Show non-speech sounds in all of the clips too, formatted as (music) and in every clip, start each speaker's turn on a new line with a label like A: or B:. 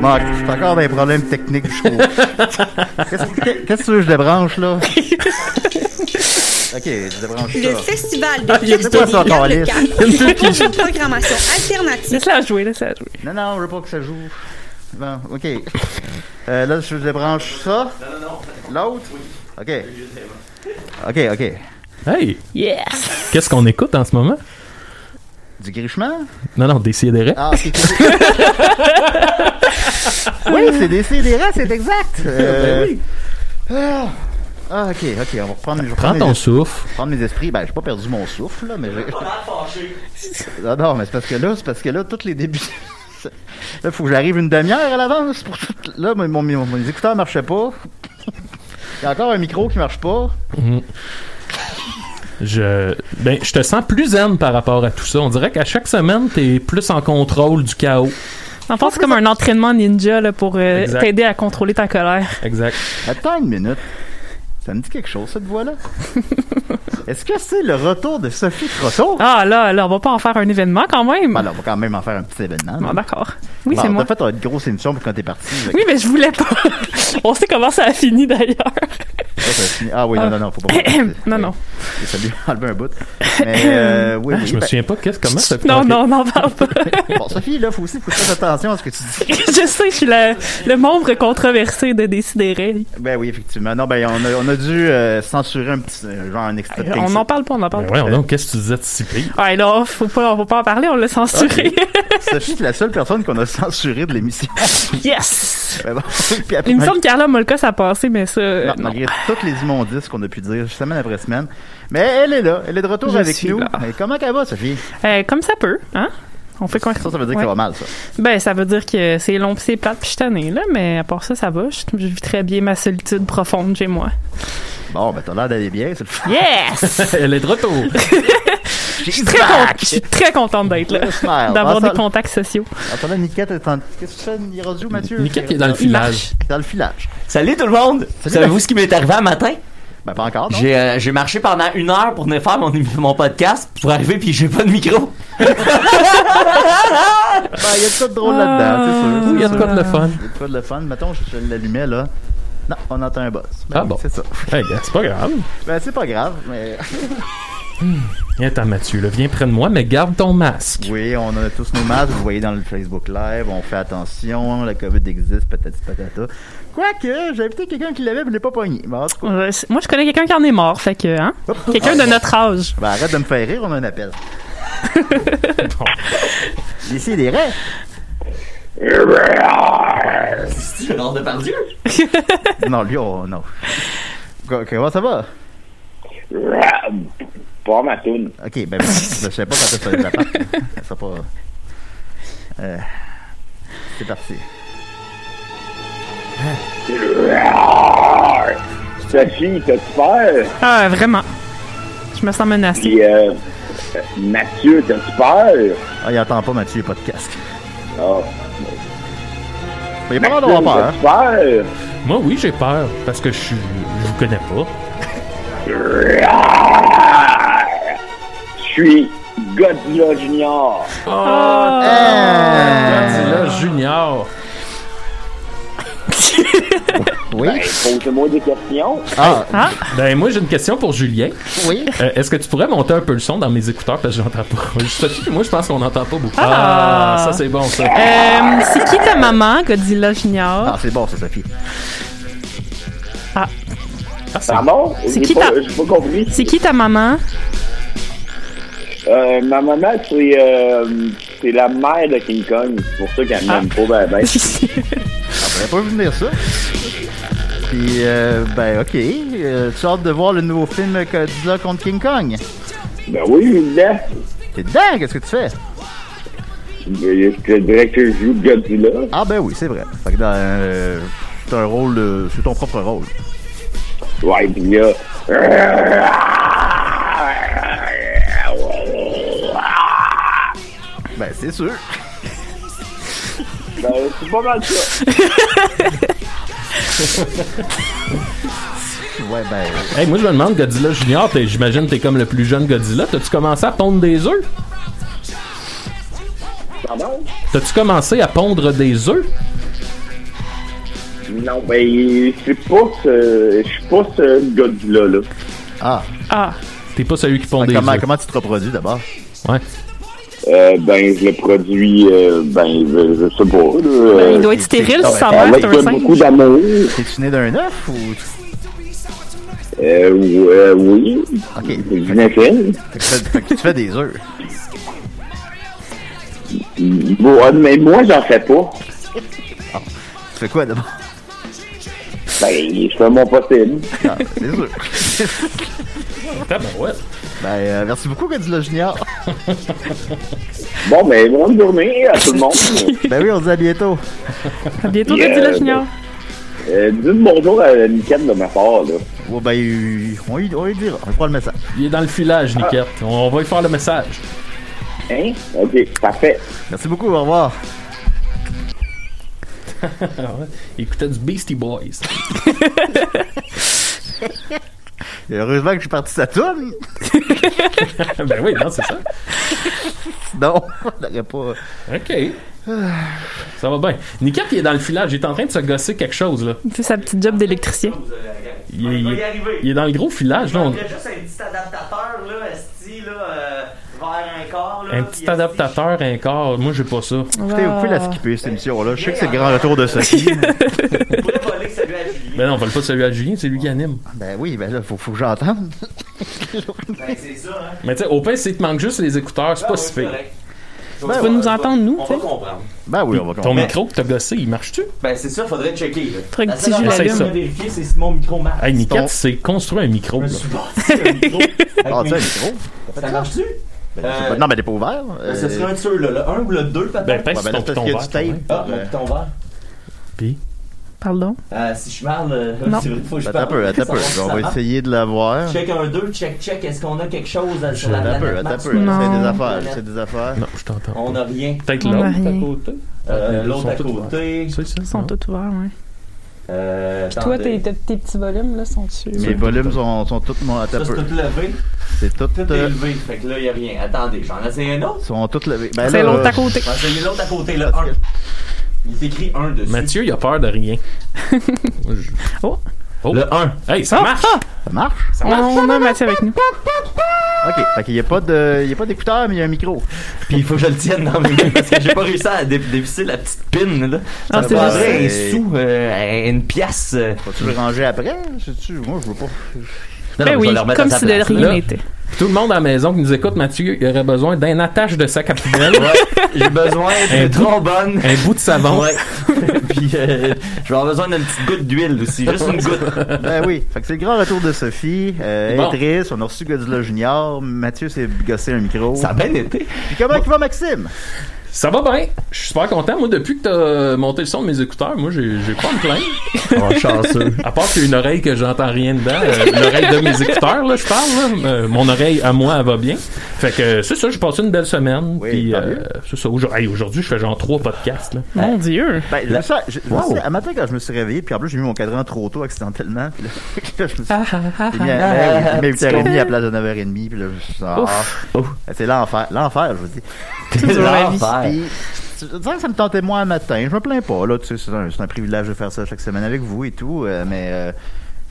A: Marc, je suis encore dans les problèmes techniques jusqu'au. Qu'est-ce que- qu'est-ce que tu veux que je débranche, là? ok, je débranche
B: Le
A: ça.
B: festival
A: Ah, il y a
B: de Casse
A: pas ça encore,
B: de
A: Alice.
B: Cannes propose une programmation alternative.
C: Laisse-la jouer, laisse-la jouer.
A: Non, non, je veux pas que ça joue. Bon, ok. Euh, là, je débranche ça. L'autre? Ok. Ok, ok.
D: Hey!
C: Yes!
D: Qu'est-ce qu'on écoute en ce moment?
A: Du grichement?
D: Non, non, Décideret.
A: Ah, c'est (laughs) Oui, c'est des CDR, c'est exact. Euh,
D: Ben oui.
A: Ah, ah, ok, ok, on va reprendre, je vais
D: Prends
A: reprendre
D: ton
A: mes,
D: souffle.
A: prendre mes esprits. Ben, j'ai pas perdu mon souffle, là, mais j'ai. Non, non, mais c'est parce que là, c'est parce que là, tous les débuts. (laughs) Là, faut que j'arrive une demi-heure à l'avance pour tout. Là, mon, mon, mon- mes écouteurs marchaient pas. (laughs) Il y a encore un micro qui marche pas.
D: Je, ben, je te sens plus zen par rapport à tout ça. On dirait qu'à chaque semaine, t'es plus en contrôle du chaos.
C: En fait, c'est comme un entraînement ninja là, pour euh,
D: Exact.
C: t'aider à contrôler ta colère.
D: Exact.
A: Attends une minute. Ça me dit quelque chose, cette
C: (laughs)
A: voix-là. Est-ce que c'est le retour de Sophie Trotto?
C: Ah là, là, on va pas en faire un événement quand même.
A: Ben, là, on va quand même en faire un petit événement.
C: Ah,
A: là.
C: d'accord. Oui,
A: Bon,
C: c'est moi.
A: T'as fait une grosse émission pour quand t'es parti. fait que
C: Oui, mais je voulais pas. (laughs) on sait comment ça a fini d'ailleurs.
A: ça, ça a fini. Ah oui, non,
C: Ah.
A: non, non, faut pas.
C: (coughs) non, Ah. non.
A: Et ça lui a enlevé un bout. Mais euh, oui, oui.
D: Je me
A: ben,
D: souviens pas qu'est-ce, comment ça
C: Non, non, n'en parle
A: (laughs)
C: pas.
A: Bon, Sophie, là, faut aussi faut que tu fasses attention à ce que tu dis.
C: je sais, je suis la- le membre controversé de Décidéré.
A: Ben oui, effectivement. Non, ben on a, on a dû euh, censurer un petit, euh, genre un extrait de 15
C: On n'en parle pas, on n'en parle
D: Ben
C: pas.
D: ouais, donc, qu'est-ce que tu disais de si pire?
C: Ah, et là, faut pas, on va pas en parler, on l'a censuré.
A: Sophie, c'est la seule personne qu'on a censurée de l'émission.
C: (laughs) yes!
A: Ben bon, puis après,
C: Il me semble qu'Arla Molka, ça a passé, mais ça. euh,
A: Non,
C: non.
A: malgré toutes les immondices qu'on a pu dire semaine après semaine. Mais elle est là, elle est de retour
C: Je
A: avec
C: suis
A: nous.
C: là.
A: Et comment qu'elle va, Sophie?
C: Euh, comme ça peut, hein? On fait quoi?
A: Ça, ça veut dire que ça va mal, ça.
C: Ben, ça veut dire que c'est long pis c'est plate pis je suis tannée, là, mais à part ça, ça va. Je, je vis très bien ma solitude profonde chez moi.
A: Bon, ben t'as l'air d'aller bien, c'est le fun.
C: (laughs) Yes!
D: Elle est de (laughs) retour.
A: She's
C: très con-
A: back! Ah,
C: je suis très contente d'être là.
A: Little smile.
C: D'avoir
A: Vincent-
C: des contacts sociaux.
A: Attends, là, Niquette est en... Qu'est-ce que tu fais, Nirodu, Mathieu?
D: Niquette qui est dans le filage.
A: Dans le filage.
E: Salut ben, tout le monde!
A: Salut.
E: Savez-vous ce qui m'est arrivé un matin?
A: Ben, pas encore, non?
E: J'ai euh, j'ai marché pendant une heure pour venir faire mon, (laughs) mon podcast, pour arriver puis j'ai pas de micro.
A: Ben, il y a de quoi de drôle
C: Ah,
A: là-dedans, c'est sûr.
D: Oui, il y a de quoi de le fun.
A: Il y a de quoi de le fun. Mettons, je, je l'allumais, là. Non, on entend un buzz. Ben
D: Ah
A: oui,
D: bon.
A: C'est ça.
D: Hey, gars, c'est pas grave.
A: Ben, c'est pas grave, mais... (laughs)
D: Attends, Mathieu, là, viens près de moi, mais garde ton masque.
A: Oui, on a tous nos masques, vous voyez dans le Facebook Live, on fait attention, la COVID existe, patati patata. Quoique, j'ai invité quelqu'un qui l'avait, mais je l'ai pas pogné. Ben, en tout cas,
C: Euh, c'est- Moi, je connais quelqu'un qui en est mort, fait que, hein?
A: Hop.
C: Quelqu'un de notre âge.
A: ben, arrête de me faire rire, on a un appel. Ici, des rêves.
E: C'est de par Dieu!
A: Non, lui, on... non. Qu- Comment ça va?
F: Ah, Pas ma toune.
A: Ok, ben, ben, je sais pas quand ça sera part. Ça sera pas. Euh, c'est parti.
F: Sophie, t'as-tu peur?
C: Ah, vraiment. Je me sens menacée.
F: Puis, euh, Mathieu, t'as-tu peur?
A: Ah, il entend pas Mathieu, il a pas de casque. Ah.
F: Oh.
A: Mais il est pas d'avoir peur.
F: T'as-tu peur?
D: Moi, oui, j'ai peur, parce que je suis. Je vous connais pas.
F: Je suis Godzilla Junior.
A: hein? Euh,
D: Godzilla Junior.
A: Oui.
F: Pose-moi des questions.
A: Ah,
D: Ben, moi, j'ai une question pour Julien.
A: oui.
D: Euh, Est-ce que tu pourrais monter un peu le son dans mes écouteurs parce que j'entends pas? (laughs) Juste- Moi, je pense qu'on n'entend pas beaucoup.
C: Ah.
D: Ah, ça c'est bon ça.
C: Euh, c'est qui ta maman, Godzilla
A: Ah,
C: Junior?
A: c'est bon, ça, Sophie.
D: Ah, c'est-
F: Pardon? J'ai
C: qui
F: pas-
C: ta-
F: J'ai pas compris.
C: C'est qui ta maman?
F: Euh, ma maman, c'est euh, c'est la mère de King Kong. C'est pour ça qu'elle m'aime pas, ben, ben.
A: J'aurais pas vu venir ça. Puis, euh, ben, ok. Euh, tu as hâte de voir le nouveau film Godzilla contre King Kong.
F: Ben oui, là.
A: T'es dedans, qu'est-ce que tu fais?
F: Je je te dirais que je joue Godzilla.
A: Ah, ben oui, c'est vrai. Fait que dans. euh, c'est un rôle. de- c'est ton propre rôle.
F: Ouais, pis là.
A: Ben, c'est sûr.
F: Ben, c'est pas mal ça.
A: Ouais, ben.
D: Hey, moi je me demande Godzilla Junior, t'es- j'imagine que t'es comme le plus jeune Godzilla. T'as-tu commencé à pondre des œufs?
F: Pardon?
D: T'as-tu commencé à pondre des œufs?
F: Non, ben, c'est pas ce. Je suis pas ce gars-là, là.
A: Ah,
C: Ah,
D: T'es pas celui qui pond
A: Fait que
D: des
A: Ah, comment,
D: œufs.
A: comment tu te reproduis d'abord?
D: Ouais.
F: Euh, ben, je le produis, euh, ben, je, je sais pas, là.
C: ben, il
F: euh,
C: doit être stérile si sa mère
F: avec
C: est un
F: beaucoup
C: singe.
F: d'amour.
A: T'es-tu né d'un œuf ou.
F: Euh, ou- euh, oui.
A: Ok.
F: C'est du naturel.
A: Fait que tu fais- fait que tu fais des œufs.
F: Bon, ah, mais moi, j'en fais pas.
A: Tu fais quoi d'abord?
F: Ben, je fais mon possible.
A: Ah, des œufs.
E: (laughs)
D: Tabarouette.
A: ben, euh, merci beaucoup, Godzilla Junior.
F: Bon, ben, bonne journée à tout le
C: (laughs)
F: monde.
A: Ben oui, on se dit à bientôt.
C: À bientôt,
F: Yeah.
C: Godzilla Junior.
F: Euh, dites bonjour à Nickel de ma part, là.
A: Bon, ben, euh, on y, on y dira. On prend le message.
D: Il est dans le filage, Niquette. On va lui faire le message.
F: Hein? Ok, parfait.
A: Merci beaucoup, au revoir.
D: Ah Il écoutait du Beastie Boys. (laughs)
A: Et heureusement que je suis parti de sa tourne.
D: ben oui, non, c'est ça.
A: Non, on n'aurait pas.
D: OK. (sighs) Ça va bien. Niquette, il est dans le filage. Il est en train de se gosser quelque chose, là.
C: C'est sa petite job d'électricien.
E: euh,
D: Il est, il est- il est dans le gros filage, là.
E: Il
D: On-
E: y a juste un petit adaptateur, là, esti, là, euh, vers un corps, là.
D: Un
E: puis
D: petit
E: esti,
D: adaptateur, un corps. Moi, j'ai pas ça.
A: Écoutez, vous pouvez la
C: Ah.
A: skipper, cette émission-là. Je sais que c'est le grand retour de Sophie.
E: Je pourrais voler celui à Julien.
D: Ben non, on vole pas celui à Julien, c'est lui qui anime.
A: ben oui, ben là, faut, faut que j'entende.
E: Ben, c'est ça, hein.
D: Mais tu sais, au pire, c'est qu'il te manque juste les écouteurs, c'est
E: Ben,
D: pas
E: oui,
D: si pire.
E: correct.
A: Ben,
C: Tu peux nous
E: On va-
C: entendre, nous,
E: euh, On
C: tu
E: va
C: sais?
E: comprendre.
A: Ben oui, on va
D: Ton
A: comprendre.
D: micro que t'as gossé, il marche-tu?
E: Ben, c'est ça, faudrait checker, là.
C: Faudrait que
E: La
C: tu
E: seule
C: joues la
E: affaire que
D: lune.
E: je peux vérifier, c'est si mon micro marche.
D: Hey, Niquette,
A: Ton-
D: c'est construit un micro,
E: Je
D: là.
E: me suis bâti un micro.
A: Ah,
E: avec
A: tu sais,
E: mes-
A: un micro.
E: Ça marche-tu?
A: Ben,
E: Euh,
A: je sais pas. Non, mais t'es pas ouvert.
E: Ben, Ce
A: Euh,
E: serait un de ceux, là. Le 1 ou le 2, peut-être?
D: Ben, peut-être
A: Ouais, ben, là,
D: c'est ton
A: parce
D: piton
A: qu'il y a
D: vert.
A: du tape.
E: Ah,
A: Euh,
E: mon piton vert.
D: Puis,
C: Pardon.
E: Euh, si je parle, euh,
C: Non.
E: (laughs) c'est vrai qu'il faut que je
A: Attends un
E: parle.
A: peu, attends un peu. On va essayer de l'avoir.
E: Check un 2, check, check. Est-ce qu'on a quelque chose à- sur la
A: Attends un peu,
E: planète
A: attends un
E: Mars?
A: peu. C'est
C: Non.
A: des affaires, c'est des affaires.
D: non, je t'entends.
E: On a rien.
D: Peut-être
C: On a
D: l'autre
C: rien.
D: à côté.
E: Euh,
D: Ils sont
E: L'autre à
D: tous
E: côté.
D: C'est ça,
C: Ils sont
A: Hein?
D: non?
C: tous ouverts, ouais.
E: Euh,
C: Toi,
E: attendez.
C: tes, tes- tes petits volumes, là, sont dessus.
A: Mes volumes sont, sont tous... mon- Attends
E: Ça,
A: un
E: c'est
A: peu.
E: tout levé.
A: C'est tout...
E: Tout est
A: euh,
E: levé. Fait que là, y a rien. Attendez, j'en ai un autre.
A: sont toutes levées. Ben
C: C'est
A: là,
C: l'autre
A: là,
C: à côté.
E: J'en ai l'autre à côté, le 1. Il s'écrit 1 dessus.
D: Mathieu, il a peur
C: (laughs)
D: de rien.
C: Oh.
D: Oh.
E: Le 1.
D: Hey,
C: Ah,
D: ça marche!
A: euh, Ça marche?
D: Ça marche!
C: On a ah, Mathieu avec nous.
A: Ok, fait qu'il n'y a pas de, il y a pas d'écouteur, mais il y a un micro.
E: Puis il faut que je le tienne dans mes mains parce que j'ai pas réussi à dé- dévisser la petite pin. Là.
C: Ah,
E: Ça
C: c'est Ben
E: me prendrait
A: vrai.
E: un sou, euh, une pièce. euh.
A: Vas-tu le ranger après? Sais-tu? Moi, je veux pas.
C: Ben
E: Non, non, je vais
C: oui,
E: le remettre
C: comme
E: à
C: si
E: sa
C: de
E: place,
C: rien
E: là.
C: n'était.
D: Tout le monde à la maison qui nous écoute, Mathieu, il aurait besoin d'un attache de sac à poubelle,
E: J'ai besoin
D: Un
E: d'une trombone.
D: un bout de savon.
E: Ouais. (laughs) Puis euh, je vais avoir besoin d'une petite goutte d'huile aussi. Juste une goutte.
A: Ben oui. Fait que c'est le grand retour de Sophie. Euh,
D: Bon.
A: elle est triste. on a reçu Godzilla Junior. Mathieu s'est gossé un micro.
E: Ça a bien été.
A: Puis comment il va, Maxime?
D: Ça va bien. Je suis super content. Moi, depuis que t'as monté le son de mes écouteurs, moi, j'ai j'ai pas à me plaindre.
E: Oh, chanceux.
D: À part qu'il y a une oreille que j'entends rien dedans, euh, l'oreille de mes écouteurs, là, je parle. là. Euh, mon oreille à moi, elle va bien. Fait que euh, c'est ça, j'ai passé une belle semaine.
A: Oui,
D: puis
A: tant
D: euh, c'est ça. Aujourd'hui, hey, aujourd'hui, je fais genre trois podcasts. Là.
C: Mon Dieu.
A: Ben, je
E: La-
A: me sens- je- je me
E: Wow.
A: suis- un matin quand je me suis réveillé, puis en plus j'ai mis mon cadran trop tôt accidentellement, puis là, (laughs) je me suis
C: Ah, ah, ah,
A: j'ai mis à,
E: ah,
A: ben oui,
E: ah,
A: j'ai mis
E: petit
A: à 8h30 à
C: con.
A: la place de 9h30, puis là, je suis ah,
D: Ouf.
E: Ouf.
A: c'est l'enfer, l'enfer, je vous
E: (laughs)
A: dis.
C: dur, la vie.
E: L'enfer.
A: Puis, je veux dire que ça me tentait moins un matin. Je me plains pas, là. Tu sais, c'est un, c'est un privilège de faire ça chaque semaine avec vous et tout. euh, mais euh,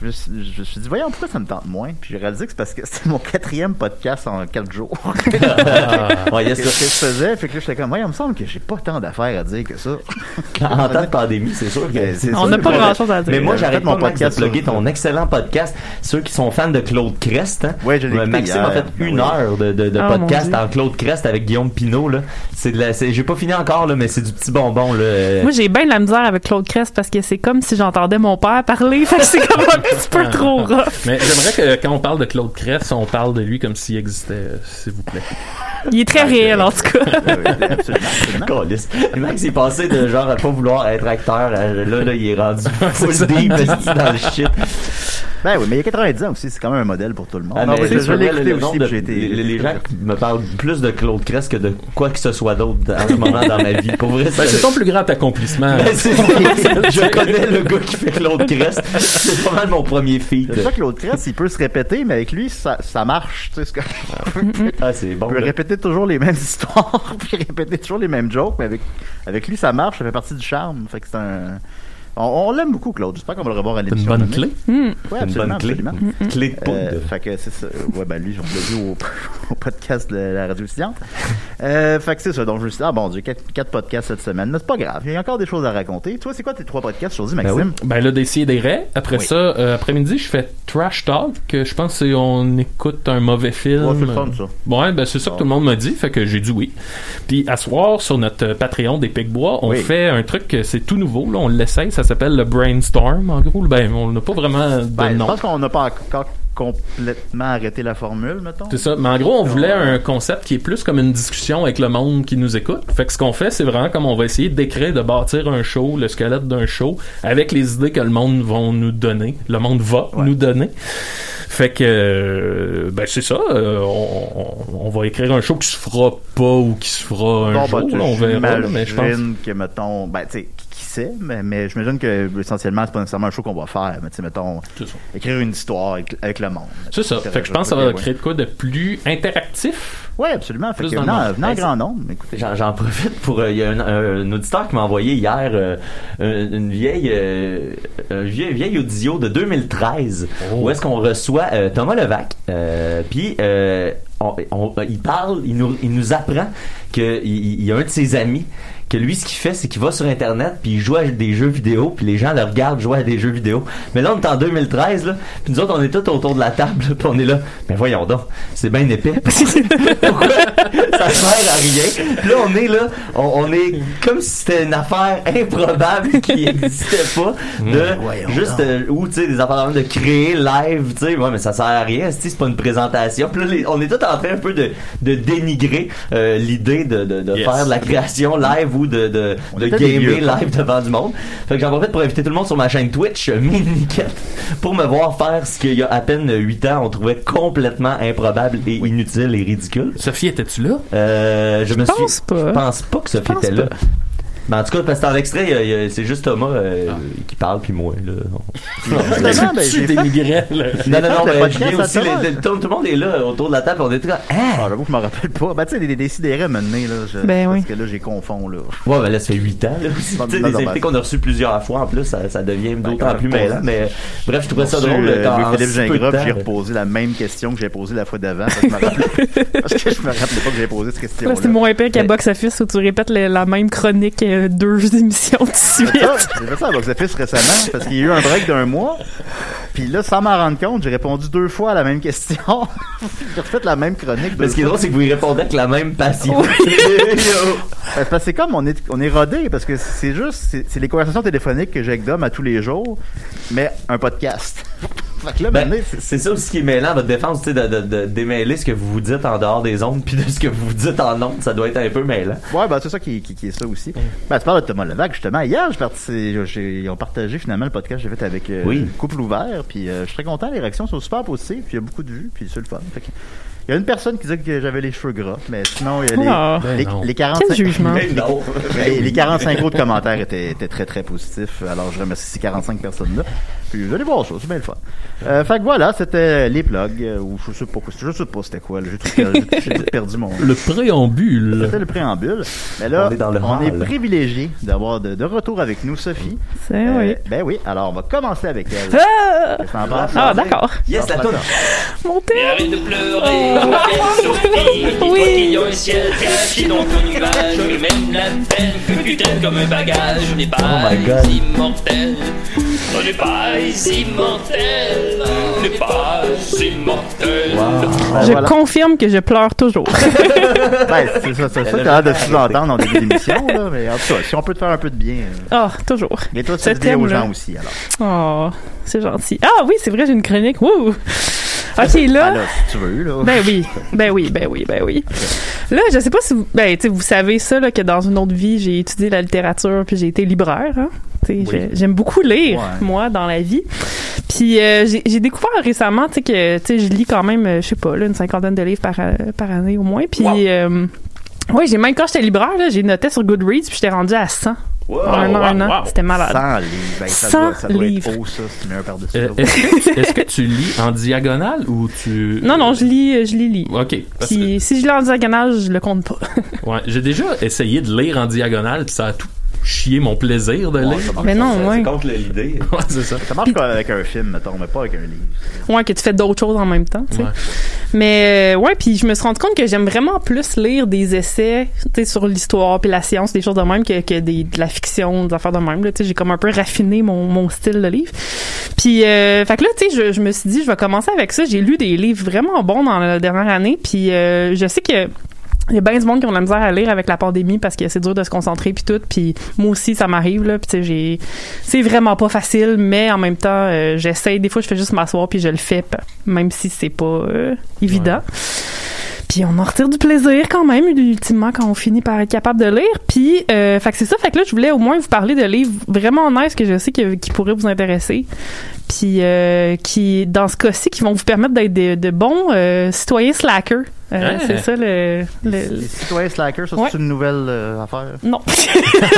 A: je, me suis- je me suis dit, voyons, pourquoi ça me tente moins? Puis j'ai réalisé que c'est parce que (laughs) c'était mon quatrième podcast en quatre jours. (laughs) Ah.
E: Ouais, yes,
A: Qu'est-ce que
E: ça.
A: je faisais? Fait que là, j'étais comme, ouais, il me semble que j'ai pas tant d'affaires à dire que
E: (laughs)
A: ça.
E: En temps de pandémie, c'est sûr que.
A: C'est
C: On
A: ça,
C: n'a
A: le
C: pas
A: problème.
C: grand-chose à dire.
E: Mais moi,
A: J'avais fait
E: j'arrête
A: mon
E: pas Max, de
A: podcast
E: plugger
A: sur-
E: ton excellent podcast. Ceux qui sont fans de Claude Crest, hein.
A: Ouais, je l'ai
E: Euh,
A: écouté
E: Maxime
A: hier.
E: a fait
A: Ben oui.
E: une heure de, de, de
C: Ah,
E: podcast
C: mon Dieu.
E: en Claude Crest avec Guillaume Pinault, là. C'est de la, c'est- j'ai pas fini encore, là, mais c'est du petit bonbon, là. Euh,
C: Moi, j'ai bien de la misère avec Claude Crest parce que c'est comme si j'entendais mon père parler. (laughs) Fait que c'est comme un petit peu trop rough.
D: Mais j'aimerais que quand on parle de Claude Cress, on parle de lui comme s'il existait, euh, s'il vous plaît.
C: Il est très réel, en tout cas.
A: Oui, oui, absolument, absolument.
E: câlisse. Max est passé de genre à pas vouloir être acteur à- là, là, il
A: (laughs)
E: est rendu full
D: ça.
E: deep esti, dans le shit.
A: Ben oui, mais il y a 90 ans aussi, c'est quand même un modèle pour tout le monde.
E: Ah,
A: Non,
E: mais
A: mais je
E: c'est
A: je l'ai
E: vrai, le-
A: écouté
E: le nombre
A: aussi,
E: de-
A: puis j'ai été.
E: les, les gens qui me parlent plus de Claude Crest que de quoi que ce soit d'autre en ce moment dans ma vie. Pour vrai,
D: Ben, c'est ton plus grand accomplissement.
E: (laughs) Ben,
A: (laughs)
E: c'est- je connais le gars qui fait Claude Crest. C'est pas mal mon premier feed.
A: C'est ça que l'autre crête, il peut se répéter, mais avec lui, ça, ça marche. Tu sais, c'est comme-
E: Ah, c'est bon.
A: On peut
E: là.
A: répéter toujours les mêmes (laughs) histoires, puis répéter toujours les mêmes jokes, mais avec, avec lui, ça marche, ça fait partie du charme. Fait que c'est un, On, on l'aime beaucoup, Claude. J'espère qu'on va le revoir à
D: T'as une
A: l'émission.
D: bonne
A: de l'année.
D: clé?
A: Ouais,
E: Une
A: absolument,
E: bonne clé.
A: absolument.
E: Clé de poudre.
A: Euh, fait que c'est ça. Ouais, ben lui, on l'a vu au, (laughs) au podcast de la radio étudiante. Euh, fait que c'est ça. Donc je me suis dit, ah bon Dieu, quatre, quatre podcasts cette semaine. Mais c'est pas grave. Il y a encore des choses à raconter. Toi, c'est quoi tes trois podcasts aujourd'hui,
E: Ben oui.
A: Maxime?
D: Ben là, d'essayer des raies. Après
A: Oui.
D: ça, euh, après-midi, je fais Trash Talk. que Je pense que c'est on écoute un mauvais film.
A: Ouais, c'est le fun, ça.
D: Ouais, ben c'est ça que tout le monde m'a dit, fait que j'ai dit oui. Puis à soir, sur notre euh, Patreon des Picbois, on
A: Oui.
D: fait un truc, que c'est tout nouveau, là, on l'essaye, ça s'appelle le Brainstorm, en gros. Ben, on n'a pas vraiment de
A: Ben, je
D: nom.
A: pense qu'on n'a pas encore complètement arrêté la formule, mettons.
D: C'est ça. Mais en gros, on voulait un concept qui est plus comme une discussion avec le monde qui nous écoute. Fait que ce qu'on fait, c'est vraiment comme on va essayer d'écrire, de bâtir un show, le squelette d'un show, avec les idées que le monde vont nous donner, le monde va
A: Ouais.
D: nous donner. Fait que, euh, ben c'est ça. euh, on, on- on va écrire un show qui se fera pas ou qui se fera un
A: Bon,
D: jour.
A: ben, tu-
D: là, on verra. là,
A: j'imagine
D: Mais je pense.
A: que, mettons, ben, tu sais, qui, qui sait, mais, mais j'imagine que, essentiellement, c'est pas nécessairement un show qu'on va faire, mais tu sais, mettons,
D: C'est ça.
A: écrire une histoire avec, avec le monde.
D: C'est ça. Fait que je pense que ça va créer de quoi de plus interactif.
A: Oui, absolument. Fait
D: Plus
A: que,
D: dans le
A: venant,
D: monde.
A: venant en
E: Hey,
A: grand nombre, écoutez.
E: J'en, j'en profite pour. euh, Il y a un, un- un auditeur qui m'a envoyé hier euh, une, une vieille, euh, un vieux- vieille audio de 2013
D: Oh.
E: où est-ce qu'on reçoit euh, Thomas Levac. euh, Puis euh, on- on- il parle, il nous, il nous apprend qu'il il il y a un de ses amis que lui, ce qu'il fait, c'est qu'il va sur Internet, puis il joue à des jeux vidéo, puis les gens le regardent jouer à des jeux vidéo. Mais là, on est en 2013, là, puis nous autres, on est tous autour de la table, (laughs) là, puis on est là. Mais voyons donc, c'est bien épais. Pourquoi ça sert à rien? Puis là, on est là, on, on est comme si c'était une affaire improbable qui n'existait pas,
A: Hmm. voyons
E: de juste,
A: donc.
E: euh, ou, tu sais, des affaires de créer live, tu sais, ouais, mais ça sert à rien, esti, c'est pas une présentation. Puis là, les- on est tout en train un peu de, de dénigrer euh, l'idée de, de, de
D: Yes.
E: faire de la création live ou de, de,
A: On
E: de
A: était des
E: gamer
A: vieux.
E: live devant du monde. Fait que j'en profite pour inviter tout le monde sur ma chaîne Twitch, euh, Miniquette, pour me voir faire ce qu'il y a à peine 8 ans, on trouvait complètement improbable et inutile et ridicule.
D: Sophie, étais-tu là?
E: Euh, je, me
C: pense
E: suis...
C: pas.
E: Je pense pas que Sophie
C: pense
E: était là.
C: pas.
E: Mais en tout cas, parce que dans l'extrait, il y a- il y a- c'est juste Thomas euh, qui parle, puis moi. Là.
A: Justement, ben,
D: (laughs) tu
A: j'ai fait-
D: dénigrais, là?
E: Non, non, non,
A: le
E: mais
A: podcast
E: je viens
A: à
E: aussi,
A: Thomas.
E: les- les- tout, tout le monde est là autour de la table, on est là.
A: Ah,
E: Ah!
A: j'avoue que je m'en rappelle pas. Ben, tu sais, les- les décidérés mener, là. Je,
C: Ben
A: parce
C: oui.
A: que là, j'ai confond, là.
E: Ouais, ben là, ça fait 8 ans. Là, aussi.
A: Non,
E: Tu sais,
A: non,
E: des
A: non,
E: invités
A: ben-
E: qu'on a reçus plusieurs fois, en plus, ça, ça devient
A: quand
E: d'autant
A: je
E: plus
A: pense-
E: mêlant. Mais euh, bref, je trouvais ça
A: Sur,
E: drôle.
A: euh,
E: quand- en
A: Louis-Philippe
E: si peu de
A: Gingras,
E: temps.
A: j'ai reposé la même question que j'ai posée la fois d'avant. parce que je me rappelais-
C: (laughs)
A: Parce que je me rappelais pas que j'ai posé cette
C: Là, c'est
A: question-là.
C: moins pire qu'à
E: Mais-
C: Box Office où tu répètes le- la même chronique euh, deux (laughs) émissions de suite.
A: Ah, J'ai fait ça à Box Office récemment parce qu'il y a eu un break d'un mois. Puis là, sans m'en rendre compte, j'ai répondu deux fois à la même question. (laughs) j'ai refait la même chronique.
E: Mais
A: deux
E: ce qui est
A: fois.
E: drôle, c'est que vous y répondez avec la même passion. (laughs)
A: Ben, c'est parce que c'est comme on est, on est rodé parce que c'est juste, c'est c'est les conversations téléphoniques que j'ai avec Dom à tous les jours, mais un podcast. (laughs) fait que là,
E: Ben,
A: maintenant, c'est-
E: c'est ça aussi qui est mêlant à votre défense, tu sais, de, de, de démêler ce que vous vous dites en dehors des ondes puis de ce que vous vous dites en ondes, ça doit être un peu mêlant.
A: Ouais, ben, c'est ça qui, qui- qui est ça aussi. Ben, tu parles de Thomas Levac, justement. Hier, je parti, ils ont partagé finalement le podcast que j'ai fait avec euh,
E: Oui.
A: Couple Ouvert. Puis euh, je suis très content. Les réactions sont super positives. Puis il y a beaucoup de vues. Puis c'est le fun. Fait que- il y a une personne qui disait que j'avais les cheveux gras. Mais sinon, il y a les,
C: Ah.
A: les,
D: Ben non.
A: les
C: Quel
A: 45.
C: jugement.
E: Mais non.
A: Les, les 45 autres commentaires étaient, étaient très très positifs. Alors je remercie ces 45 personnes-là. Puis vous allez voir ça, c'est bien le fun. Euh, fait que voilà, c'était les plugs. euh, Ou je sais pas, quoi- je sais pas c'était quoi. là, J'ai tout, perdu- j'ai tout perdu mon.
D: Le préambule.
A: C'était le préambule. Mais là,
E: On est dans le hall.
A: privilégié d'avoir de, de retour avec nous Sophie.
C: C'est
A: Euh,
C: Eh oui.
A: Ben oui, alors on va commencer avec elle.
C: Ah,
A: Qu'est-ce que t'en penses?
C: Ah, d'accord.
E: Yes, la toune.
C: Mon père.
G: Arrête de pleurer, Sophie, oui. au ciel, caché dans ton nuage, mais même la peine que tu t'aimes comme un bagage, on n'est pas
E: Oh my God.
G: immortel, on n'est pas immortel, on n'est pas immortel.
A: Ben,
C: Je
A: voilà.
C: confirme que je pleure toujours. (laughs)
A: Ben, c'est ça, c'est ça que t'as hâte de sous-entendre en début d'émission, là. Mais en tout cas, si on peut te faire un peu de bien. euh.
C: Ah, toujours.
A: Mais toi, tu
C: Ce
A: le dis aux
C: thème-là.
A: gens aussi, alors.
C: Oh, c'est gentil. Ah oui, c'est vrai, j'ai une chronique. Wouh!
D: Ah,
C: Ok,
A: Ben
C: là.
A: là, si tu veux, là.
C: Ben oui, ben oui, ben oui, ben oui. Là, je sais pas si vous, ben, tu sais, vous savez ça, là, que dans une autre vie, j'ai étudié la littérature puis j'ai été libraire. Hein? Tu sais, j'ai- J'aime beaucoup lire,
A: Ouais.
C: moi, dans la vie. Puis euh, j'ai j'ai découvert récemment, tu sais, que tu sais, je lis quand même, euh, je sais pas, là, une cinquantaine de livres par, euh, par année au moins. Puis, euh, ouais, j'ai même quand j'étais libraire, là, j'ai noté sur Goodreads puis j'étais rendu à 100. en un an,
D: wow,
C: un an.
D: wow.
C: C'était malade.
A: 100 livres. Ben, ça
C: 100
A: doit, ça doit
C: livres.
A: être haut, ça, si tu mets un par-dessus.
D: Euh,
A: l'autre.
C: (laughs)
D: Est-ce que, est-ce que tu lis en diagonale ou tu.
C: Non, non, je lis, euh, je lis, lis.
D: Ok. parce que-
C: Puis, si je lis en diagonale, je le compte pas. (laughs)
D: ouais, j'ai déjà essayé de lire en diagonale, puis ça a tout. chier mon plaisir de lire.
A: ça, marche.
C: Mais non, ouais.
E: C'est contre l'idée.
D: (laughs) Ouais, c'est ça.
A: Ça marche quand même avec un film, mettons, mais pas avec un livre.
C: Ouais, que tu fais d'autres choses en même temps, tu sais.
D: Ouais.
C: Mais euh, ouais, puis je me suis rendu compte que j'aime vraiment plus lire des essais, tu sais, sur l'histoire puis la science, des choses de même que, que des, de la fiction, des affaires de même. là. Tu sais, j'ai comme un peu raffiné mon, mon style de livre. Puis, euh, fait que là, tu sais, je, je me suis dit, je vais commencer avec ça. J'ai lu des livres vraiment bons dans la dernière année, puis euh, je sais que il y a bien du monde qui ont de la misère à lire avec la pandémie parce que c'est dur de se concentrer puis tout puis moi aussi ça m'arrive là puis tu sais j'ai c'est vraiment pas facile mais en même temps euh, j'essaie des fois je fais juste m'asseoir puis je le fais p- même si c'est pas euh, évident puis on en retire du plaisir quand même ultimement quand on finit par être capable de lire puis euh, fait que c'est ça fait que là je voulais au moins vous parler de livres vraiment nice que je sais que- qui pourraient vous intéresser puis euh, qui dans ce cas-ci qui vont vous permettre d'être de, de bons euh, citoyens slackers Euh,
D: Ouais.
C: c'est ça le, le-
A: Les citoyens slackers, ça,
C: Euh, Ouais.
A: c'est une nouvelle euh, affaire.
C: non. (laughs)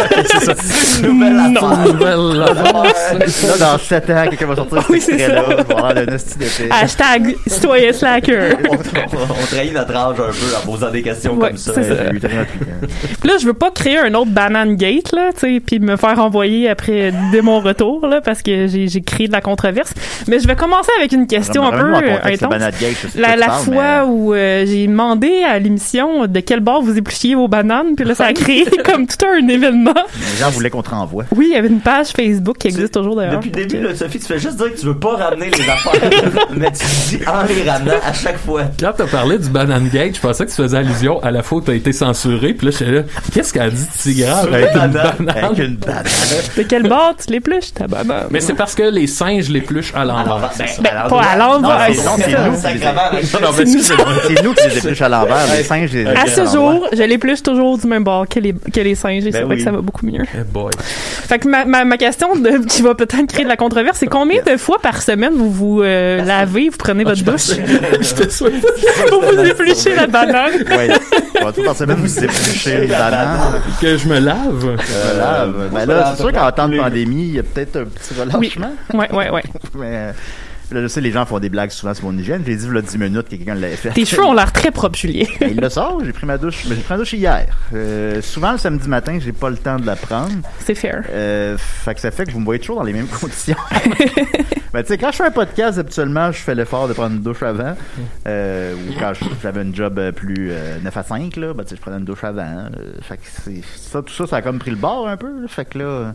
E: C'est une nouvelle affaire.
D: Nouvelle
C: Ah,
A: Là, dans 7 ans, quelqu'un va sortir
C: Oui,
A: cet
C: c'est
A: extrait-là.
C: ça. Ah,
A: Je vais avoir le nasty d'épée. Euh,
C: Hashtag citoyen slacker.
E: On, on- on trahit notre âge un peu en posant des questions
C: Ouais,
E: comme ça.
C: c'est ça.
A: Je lui donnerai un truc, hein.
C: Puis là, je veux pas créer un autre banane gate, là, tu sais, puis me faire envoyer après dès mon retour, là, parce que j'ai j'ai créé de la controverse. Mais je vais commencer avec une question un peu
A: Remets-moi en
C: euh,
A: contexte, le
C: intense.
A: Banana Gate, je sais pas
C: La,
A: de
C: la
A: quoi tu
C: fois
A: parles, mais-
C: où euh, j'ai demandé à l'émission de quel bord vous épluchiez vos bananes, puis là, ça a créé
A: (laughs)
C: comme tout un événement.
A: Les gens voulaient qu'on te renvoie.
C: Oui, il y avait une page Facebook qui existe
E: Tu-
C: toujours d'ailleurs.
E: Depuis le début, là, Sophie, tu fais juste dire que tu veux pas ramener
C: (laughs)
E: les affaires, mais tu dis en les ramenant à chaque fois.
D: Quand t'as parlé du Banane Gate, je pensais que tu faisais allusion à la fois où t'as été censuré, puis là, j'étais là, qu'est-ce qu'elle dit de si grave avec une banane?
E: Avec une banane.
C: De quel bord tu l'épluches, ta banane?
D: Mais c'est parce que les singes l'épluchent à l'envers.
E: Ben,
C: Ben, pas à
A: Non,
C: l'envers.
A: c'est-
C: c'est
A: non, c'est
C: ça.
A: nous.
E: l'envers.
C: C'est nous
A: C'est nous qui les épluchent à l'envers, les singes les
C: À
A: épluchent
C: ce
A: à l'envers.
C: jour, je l'épluche toujours du même bord que les, que les singes et
E: Ben
C: c'est vrai
E: oui.
C: que ça va beaucoup mieux.
D: Eh boy. (laughs)
C: Fait que ma, ma, ma question de- qui va peut-être créer de la controverse, c'est combien de fois par semaine vous vous euh, lavez, vous prenez votre douche
D: Je te souhaite.
C: pour vous éplucher la banane?
A: Ouais. On va tout par semaine vous éplucher les bananes.
D: Que je me lave.
A: Voilà. Ben là, c'est sûr qu'en temps de pandémie, il y a peut-être un petit relâchement,
C: Ouais, ouais, ouais.
A: mais... euh, Là, je sais, les gens font des blagues souvent sur mon hygiène. J'ai dit, il y a 10 minutes que quelqu'un l'avait fait.
C: Tes hein? cheveux ont l'air très propres, Julien.
A: Ben, (laughs) il le sort, j'ai pris ma douche. mais J'ai pris ma douche hier. Euh, souvent, le samedi matin, j'ai pas le temps de la prendre.
C: C'est fair.
A: Euh, fait que ça fait que vous me voyez toujours dans les mêmes (laughs) conditions.
C: (laughs)
A: Mais tu sais, quand je fais un podcast, habituellement, je fais l'effort de prendre une douche avant. Euh, ou quand je- j'avais une job euh, plus euh, 9 à 5, là, ben, tu sais, je prenais une douche avant. Euh, fait que c'est- ça, tout ça, ça a comme pris le bord un peu. là. Fait que là, euh,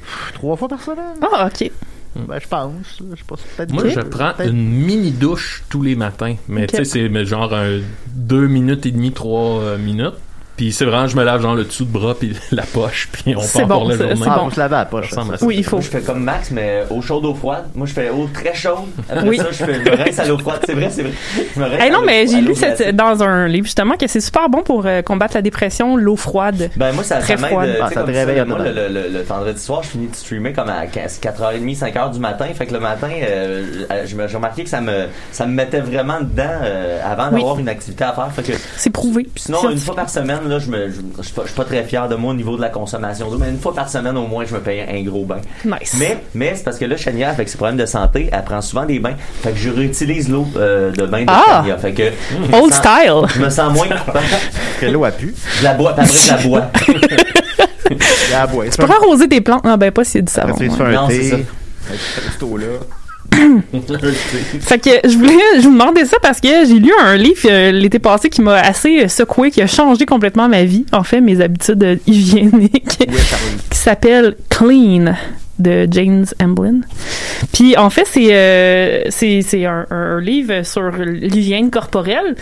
A: pff, trois fois par semaine,
C: Ah, ok.
A: ben, je pense. là, Je pense peut-être
D: Hmm. Moi,
A: deux,
D: je prends
A: peut-être-
D: une mini douche tous les matins. Mais
C: Ok.
D: tu sais, c'est mais genre un, deux minutes et demie, trois euh, minutes. Puis c'est vraiment, je me lave genre le dessous de bras puis (laughs) la poche, puis on
C: C'est
D: part
C: bon,
D: pour la
C: ça,
D: journée.
C: c'est
A: Ah,
C: bon.
A: on se lavait à la poche.
D: Ça ressemble
A: ça.
D: à ça.
C: Oui, il faut.
E: Moi, je fais comme Max, mais eau chaude, eau froide. Moi, je fais eau très chaude. Après
C: Oui.
E: ça, je fais, je me rince à l'eau froide. C'est vrai, c'est vrai. Je me rince
C: Hey,
E: à
C: non,
E: l'eau- à
C: mais j'ai
E: l'eau
C: lu cette-
E: glacée.
C: dans un livre justement que c'est super bon pour euh, combattre la dépression, l'eau froide.
E: Ben, moi, ça,
C: Très
E: ça m'aide.
C: froide.
E: euh, tu
A: Ah,
E: sais,
A: ça
E: comme
A: te réveille
E: ça, Moi,
A: un
E: le,
A: peu.
E: le- le- le vendredi soir, je finis de streamer comme à 15 4h30, 5h du matin. Fait que le matin, euh, je- je me- j'ai remarqué que ça me, ça me mettait vraiment dedans euh, avant
C: Oui.
E: d'avoir une activité à faire. Fait que
C: C'est prouvé.
E: Puis sinon, une fois par semaine, là, je me, je, je suis pas- je suis pas très fier de moi au niveau de la consommation d'eau, mais une fois par semaine, au moins, je me paye un gros bain.
C: Nice.
E: Mais, mais c'est parce que là, Chania, avec ses problèmes de santé, elle prend souvent des bains. Fait que je réutilise l'eau euh, de bain de
C: Ah!
E: Chania. Fait que. je me
C: Old
E: sens-
C: style.
E: Je me
C: (laughs)
E: sens moins coupable.
A: Parce que l'eau a pu.
E: Je la bois, puis après, je la bois.
A: Et à la boîte.
C: Tu peux arroser tes plantes? Ah, ben pas si du savon.
A: Après, tu
C: ouais.
A: fais Ah, un
E: Non, c'est ça.
A: thé. Cette eau-là.
C: Fait que je voulais, (laughs) je vous demandais ça parce que j'ai lu un livre euh, l'été passé qui m'a assez euh, secoué, qui a changé complètement ma vie, en fait, mes habitudes euh, hygiéniques, (laughs) qui s'appelle Clean de James Emblin. Puis en fait, c'est euh, c'est c'est un, un- un livre sur l'hygiène corporelle.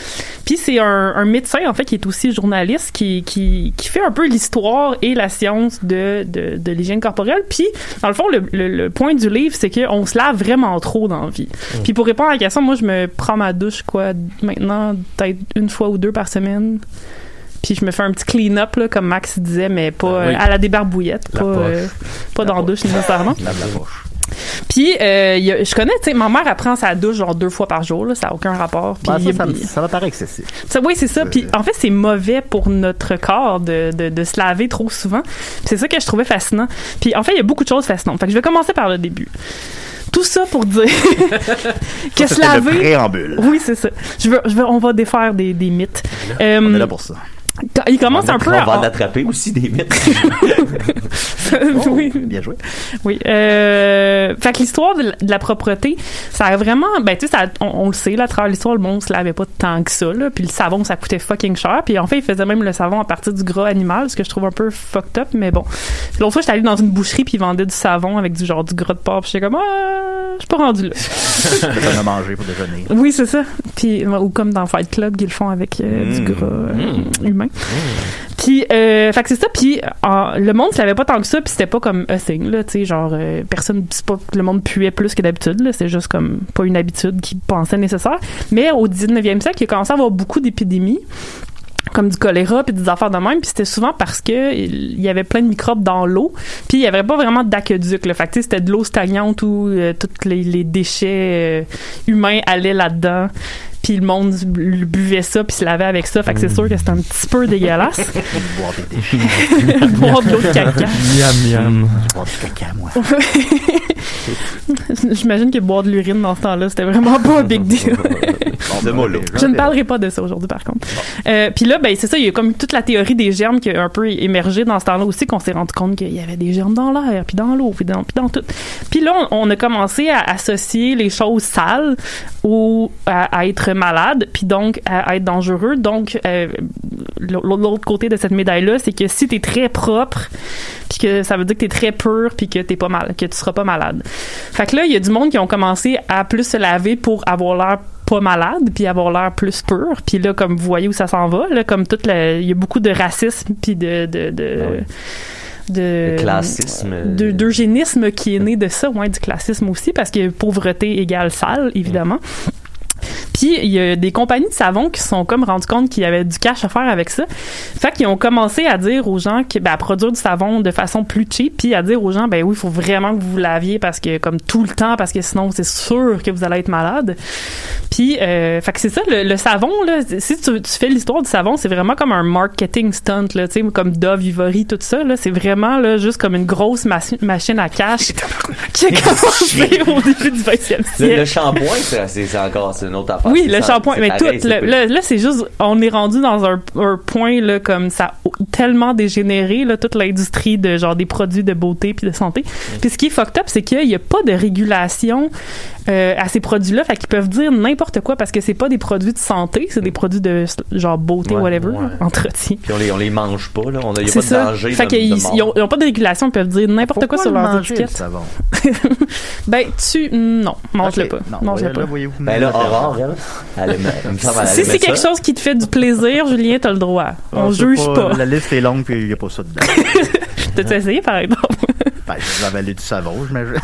C: Puis c'est un, un médecin en fait qui est aussi journaliste qui qui, qui fait un peu l'histoire et la science de de, de l'hygiène corporelle. Puis dans le fond, le, le, le point du livre, c'est qu'on se lave vraiment trop dans la vie.
D: Mm.
C: Puis pour répondre à la question, moi je me prends ma douche quoi maintenant peut-être une fois ou deux par semaine. Puis je me fais un petit clean-up là, comme Max disait, mais pas
D: Ah oui.
C: euh, à la débarbouillette,
D: La
C: pas
D: poche.
C: euh, pas dans la douche nécessairement.
A: Lave la poche.
C: Puis euh, il y a- je connais, tu sais, ma mère elle prend sa douche genre deux fois par jour, là, ça a aucun rapport. Puis
A: Ah, ça,
C: il-
A: ça, me- ça me paraît excessif.
C: ça- oui, c'est ça.
A: Euh,
C: Puis en fait, c'est mauvais pour notre corps de, de, de se laver trop souvent. Puis c'est ça que je trouvais fascinant. Puis en fait, il y a beaucoup de choses fascinantes. Fait que je vais commencer par le début. Tout ça pour
A: (laughs)
C: dire que se
A: C'était le
C: laver.
A: préambule.
C: Oui, c'est ça. Je veux, je veux, on va défaire des, des mythes. Euh,
A: On est là pour ça.
C: Il commence un peu
E: On va en
C: à.
E: attraper aussi des mythes.
C: (laughs) oui.
A: Bien joué.
C: Oui. Euh, fait que l'histoire de, la- de la propreté, ça a vraiment. Ben, tu sais, ça- on, on le sait, là, à travers l'histoire, le monde se lavait pas tant que ça, là. Puis le savon, ça coûtait fucking cher. Puis en fait, ils faisaient même le savon à partir du gras animal, ce que je trouve un peu fucked up, mais bon. Puis L'autre fois, j'étais allée dans une boucherie, puis ils vendaient du savon avec du genre du gras de porc. Puis j'étais comme, ah, je suis pas rendu là.
A: On a mangé pour déjeuner.
C: (laughs) Oui, c'est ça. Puis, euh, ou comme dans Fight Club, qu'ils le font avec euh, du gras euh, humain. Puis, euh, fait que c'est ça. Puis, en- le monde savait pas tant que ça. Puis, c'était pas comme un thing, là. Tu sais, genre, euh, personne, c'est pas que le monde puait plus que d'habitude, là. C'est juste comme pas une habitude qu'ils pensaient nécessaire. Mais au 19e siècle, il a commencé à avoir beaucoup d'épidémies comme du choléra puis des affaires de même puis c'était souvent parce que il y avait plein de microbes dans l'eau puis il y avait pas vraiment d'aqueduc le fait que tu sais, c'était de l'eau stagnante où euh, tous les, les déchets euh, humains allaient là-dedans puis le monde bu- buvait ça puis se lavait avec ça fait que c'est sûr que c'était un petit peu dégueulasse
A: (laughs) Boire des déchets,
C: (laughs) boire de l'eau de caca
D: Miam,
E: Ah,
D: miam.
A: boire du caca, moi.
C: j'imagine que boire de l'urine dans ce temps-là c'était vraiment pas un
A: (laughs)
C: big deal
E: Ce mot-là.
C: Je ne parlerai pas de ça aujourd'hui, par contre. Euh, Puis là, ben, c'est ça, il y a comme toute la théorie des germes qui a un peu émergé dans ce temps-là aussi, qu'on s'est rendu compte qu'il y avait des germes dans l'air, puis dans l'eau, puis dans, puis dans tout. Puis là, on, on a commencé à associer les choses sales au, à, à être malade, puis donc à, à être dangereux. Donc, euh, l'au- l'autre côté de cette médaille-là, c'est que si tu es très propre, puis que ça veut dire que t'es très pur puis que t'es pas mal que tu seras pas malade fait que là il y a du monde qui ont commencé à plus se laver pour avoir l'air pas malade puis avoir l'air plus pur puis là comme vous voyez où ça s'en va là comme toute la il y a beaucoup de racisme puis de de de,
E: Ah
C: de-
E: Le classisme.
C: de- d'eugénisme qui est né de ça, ouais, du classisme aussi, parce que pauvreté égale sale, évidemment. Puis il y a des compagnies de savon qui se sont comme rendu compte qu'il y avait du cash à faire avec ça. Fait qu'ils ont commencé à dire aux gens que ben, à produire du savon de façon plus cheap, puis à dire aux gens ben oui, il faut vraiment que vous vous laviez parce que comme tout le temps parce que sinon c'est sûr que vous allez être malade. Puis euh, fait que c'est ça le, le savon là, si tu, tu fais l'histoire du savon, c'est vraiment comme un marketing stunt là, tu sais comme Dove, Ivory, tout ça là, c'est vraiment là juste comme une grosse machi- machine à
E: (laughs)
C: cash qui a commencé au début du 20e
E: Le,
C: siècle.
E: le shampoing, ça, c'est c'est encore c'est une autre affaire.
C: Oui,
E: Ah, C'est
C: le
E: ça-
C: shampoing,
E: c'est
C: mais tout.
E: pareil, c'est
C: Là,
E: pas-
C: là, là, c'est juste, on est rendu dans un, un point là comme ça a tellement dégénéré là toute l'industrie de genre des produits de beauté puis de santé.
E: Mm.
C: Puis ce qui est fucked up, c'est qu'il n'y a pas de régulation euh, à ces produits-là, fait qu'ils peuvent dire n'importe quoi parce que c'est pas des produits de santé, c'est des produits de genre beauté,
E: Mm. Ouais,
C: whatever,
E: ouais.
C: (laughs) entretien.
E: Puis on les, on les mange pas, là. On a, y a
C: C'est
E: pas de
C: ça.
E: danger.
C: fait
E: de-
C: qu'ils
E: de mort.
C: ils ont, ils ont pas de régulation, ils peuvent dire n'importe quoi
A: Pourquoi
C: sur
A: le
C: leurs
A: manger, le
C: étiquettes.
A: savon?
C: Ben tu, non, mange-le
A: Ok.
C: pas,
A: Non,
C: mange-le
A: là,
C: pas.
A: là, voyez-vous.
E: Ben là, Aurore, elle, elle, aime- elle me semble, elle
C: Si
E: aimait
C: c'est quelque
E: ça.
C: chose qui te fait du plaisir, Julien, t'as le droit. On
A: Ah, c'est
C: juge pas.
A: La liste est longue, puis il n'y a pas ça
C: (laughs)
A: dedans. hein.
C: T'as-tu essayé, par exemple?
A: ben, je vais avaler du savon, j'imagine.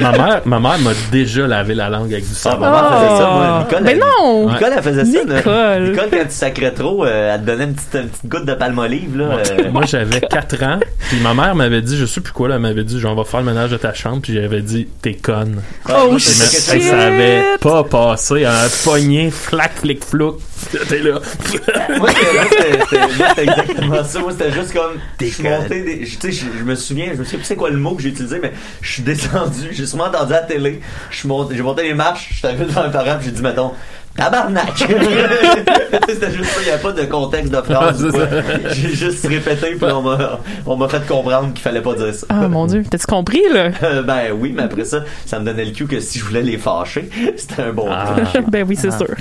D: ma mère ma mère m'a déjà lavé la langue avec du
E: Ah,
D: savon.
E: maman faisait ça, moi.
C: Oh.
E: Nicole,
C: Ben
E: elle-
C: non!
E: Nicole, elle faisait ça. là.
C: Nicole.
E: Nicole, quand tu sacrais trop, euh, elle te donnait une petite, une petite goutte de palmolive, là. euh,
D: Moi, j'avais 4 ans, puis ma mère m'avait dit, je sais plus quoi, là, elle m'avait dit, genre, on va faire le ménage de ta chambre, puis j'avais dit, t'es conne.
E: moi,
C: Oh,
E: c'est
D: Et ma-
E: quelque
C: shit.
D: ça
E: chose-
D: avait pas passé, un poignet, flac, flic, flouk, t'es là. (laughs)
E: Moi, c'était- moi, c'était- c'était moi, c'était exactement ça. Moi, c'était juste comme. je suis
A: conne.
E: monté des- je- Tu sais, je, je me souviens, je me souviens plus c'est quoi le mot que j'ai utilisé, mais je suis descendu, (laughs) j'ai sûrement entendu à la télé. je suis monté- J'ai monté les marches, je suis arrivé devant mes parents, puis j'ai dit, mettons. Tabarnak! (laughs) Tu sais, C'était juste ça, il n'y avait pas de contexte de phrase.
D: Ah, c'est
E: quoi. J'ai juste répété, puis on m'a- on m'a fait comprendre qu'il fallait pas dire ça.
C: Ah, mon Dieu. T'as-tu compris, là?
E: Euh, ben oui, mais après ça, ça me donnait le cul que si je voulais les fâcher, (laughs) c'était un bon
D: Ah.
C: (laughs)
E: truc.
C: ben oui, c'est
A: Ah.
C: sûr.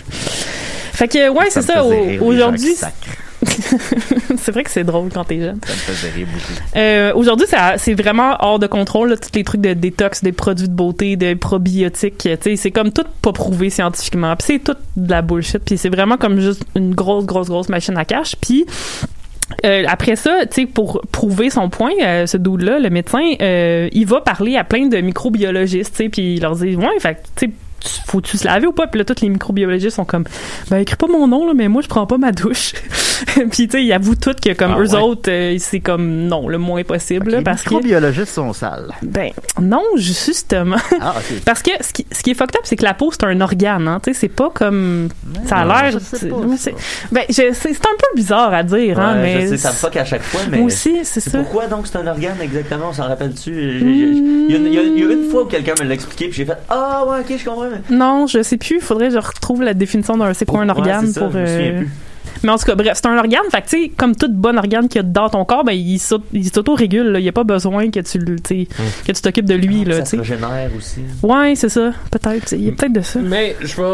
C: Fait que, ouais, c'est ça.
A: me
C: au-
A: faisait rire, les gens
C: Aujourd'hui,
A: qui sacrent.
C: c'est vrai que c'est drôle quand t'es jeune.
A: Ça me faisait rire beaucoup.
C: Euh, Aujourd'hui, ça- c'est vraiment hors de contrôle, là, tous les trucs de détox, des produits de beauté, des probiotiques. Tu sais, c'est comme tout pas prouvé scientifiquement. Puis c'est tout de la bullshit. Puis c'est vraiment comme juste une grosse, grosse, grosse machine à cash. Puis euh, après ça, tu sais, pour prouver son point, euh, ce dude-là, le médecin, euh, il va parler à plein de microbiologistes, tu sais, puis il leur dit, ouais, fait que, tu sais, tu- faut-tu se laver ou pas? Puis là, tous les microbiologistes sont comme, ben, écris pas mon nom, là, mais moi, je prends pas ma douche. (laughs) puis, tu sais, ils avouent toutes que, comme,
D: Ah
C: eux
D: ouais.
C: autres, euh, c'est comme, non, le moins possible, là,
A: Les
C: parce que,
A: microbiologistes sont sales.
C: ben, non, justement. (laughs)
A: Ah, ok.
C: Parce que ce qui, ce qui est fucked up, c'est que la peau, c'est un organe, hein. Tu sais, c'est pas comme. Ça a l'air.
A: Je sais pas,
C: mais
A: ça.
C: c'est- Ben, je- c'est c'est un peu bizarre à dire, hein,
E: Ouais,
C: mais.
E: je sais, ça me fuck à chaque fois, mais.
C: Moi aussi, c'est
E: C'est
C: ça.
E: pourquoi donc c'est un organe exactement, on s'en rappelle-tu? J'ai- j'ai- Il y, a une- il y a- il y a une fois où quelqu'un me l'a expliqué, puis j'ai fait Ah ouais, ok, je comprends. mais-
C: Non, je sais plus. Faudrait que je retrouve la définition d'un c'est quoi un
E: Ouais,
C: organe
E: c'est ça,
C: pour.
E: je me souviens
C: euh,
E: plus.
C: Mais en tout cas, bref, c'est un organe. Fait que, tu sais, comme tout bon organe qu'il y a dans ton corps, ben, il s'aut- il s'auto-régule. là. Il n'y a pas besoin que tu le- tu sais, que tu t'occupes de lui. là,
E: Ah,
C: tu sais.
E: Ça se régénère aussi.
C: Ouais, c'est ça. Peut-être. Il y a peut-être de ça.
D: Mais je vais.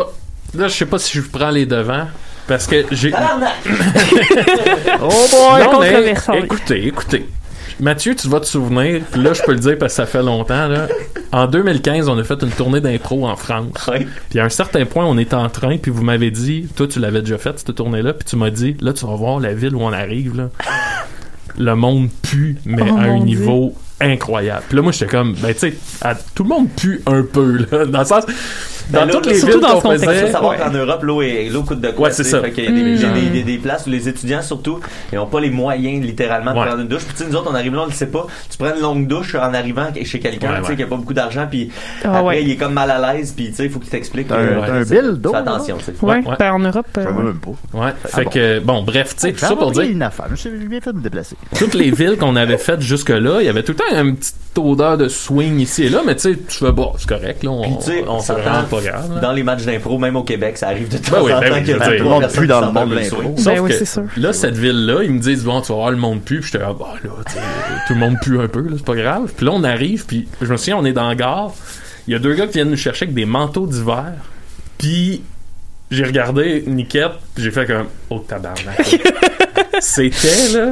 D: Là, je sais pas si je prends les devants. Parce que j'ai.
C: Ah!
A: Oh boy!
C: Ouais,
D: Non, mais
C: controversant, oui.
D: écoutez, écoutez. Mathieu, tu vas te souvenir, puis là, je peux le dire parce que ça fait longtemps, là. En 2015, on a fait une tournée d'intro en France.
E: Oui.
D: Puis à un certain point, on est en train, puis vous m'avez dit, toi, tu l'avais déjà faite, cette tournée-là, puis tu m'as dit, là, tu vas voir la ville où on arrive, là. Le monde pue, mais
C: Oh,
D: à un
C: mon Dieu.
D: niveau incroyable. Puis là, moi, j'étais comme, ben, tu sais, à- tout le monde pue un peu, là, dans le sens, dans
E: Ben, là,
D: toutes
E: là,
D: les
C: surtout
D: villes
C: dans ce
D: qu'on
E: Il
D: faisait,
E: faut
C: contexte-là,
E: savoir
C: Ouais.
E: qu'en Europe, l'eau est- l'eau coûte de quoi.
D: Ouais, c'est
E: tu sais.
D: ça.
E: Fait qu'il y a des,
C: Mm.
E: des- des- des- des places où les étudiants, surtout, ils n'ont pas les moyens, littéralement, de
D: Ouais.
E: prendre une douche. Puis, tu sais, nous autres, on arrive là, on le sait pas. Tu prends une longue douche en arrivant chez quelqu'un,
D: Ouais,
E: tu
D: ouais.
E: sais, qui a pas beaucoup d'argent. Puis,
C: Ah,
E: après,
C: ouais.
E: il est comme mal à l'aise. Puis, tu sais, il faut qu'il t'explique.
A: T'as un-
E: euh,
A: t'as un
E: c'est-
A: bill d'eau,
E: Fais attention, tu sais.
C: Ouais,
D: ouais.
C: ben, en Europe. euh, (laughs)
A: Je sais même pas.
D: ouais, fait
E: Ah bon. Ah,
D: que, bon, bref, tu sais, tout ça
A: J'en
D: pour
A: ai
D: dire,
A: une affaire. Je me suis bien fait de me déplacer.
D: toutes les villes qu'on avait faites jusque-là, il y avait tout le temps une petite odeur de swing ici et là, mais tu sais, tu fais, bon, c'est correct, là,
E: Puis,
D: on,
E: tu sais, on
D: c'est
E: s'entend
D: vraiment pas grave. là.
E: dans les matchs d'impro, même au Québec, ça arrive de temps
D: oui,
E: en
D: ben
E: temps
D: oui,
E: qu'il y a
D: je
E: vingt-trois
D: veux dire,
A: on le
E: personnes
A: pue dans
E: qui
A: le
E: s'en parlent
A: monde de
E: le
A: l'impro.
E: (laughs) soir.
C: Ben
D: Sauf
C: oui,
D: que
C: c'est sûr.
D: Là, cette ville-là, ils me disent, bon, tu vas voir, le monde pue. Puis j'étais, ah, bah, là, tu sais, tout le monde pue un peu, là, c'est pas grave. Puis là, on arrive, puis je me souviens, on est dans la gare. Il y a deux gars qui viennent nous chercher avec des manteaux d'hiver. Puis j'ai regardé Niquette, puis j'ai fait comme, oh, tabarnak. C'était, là,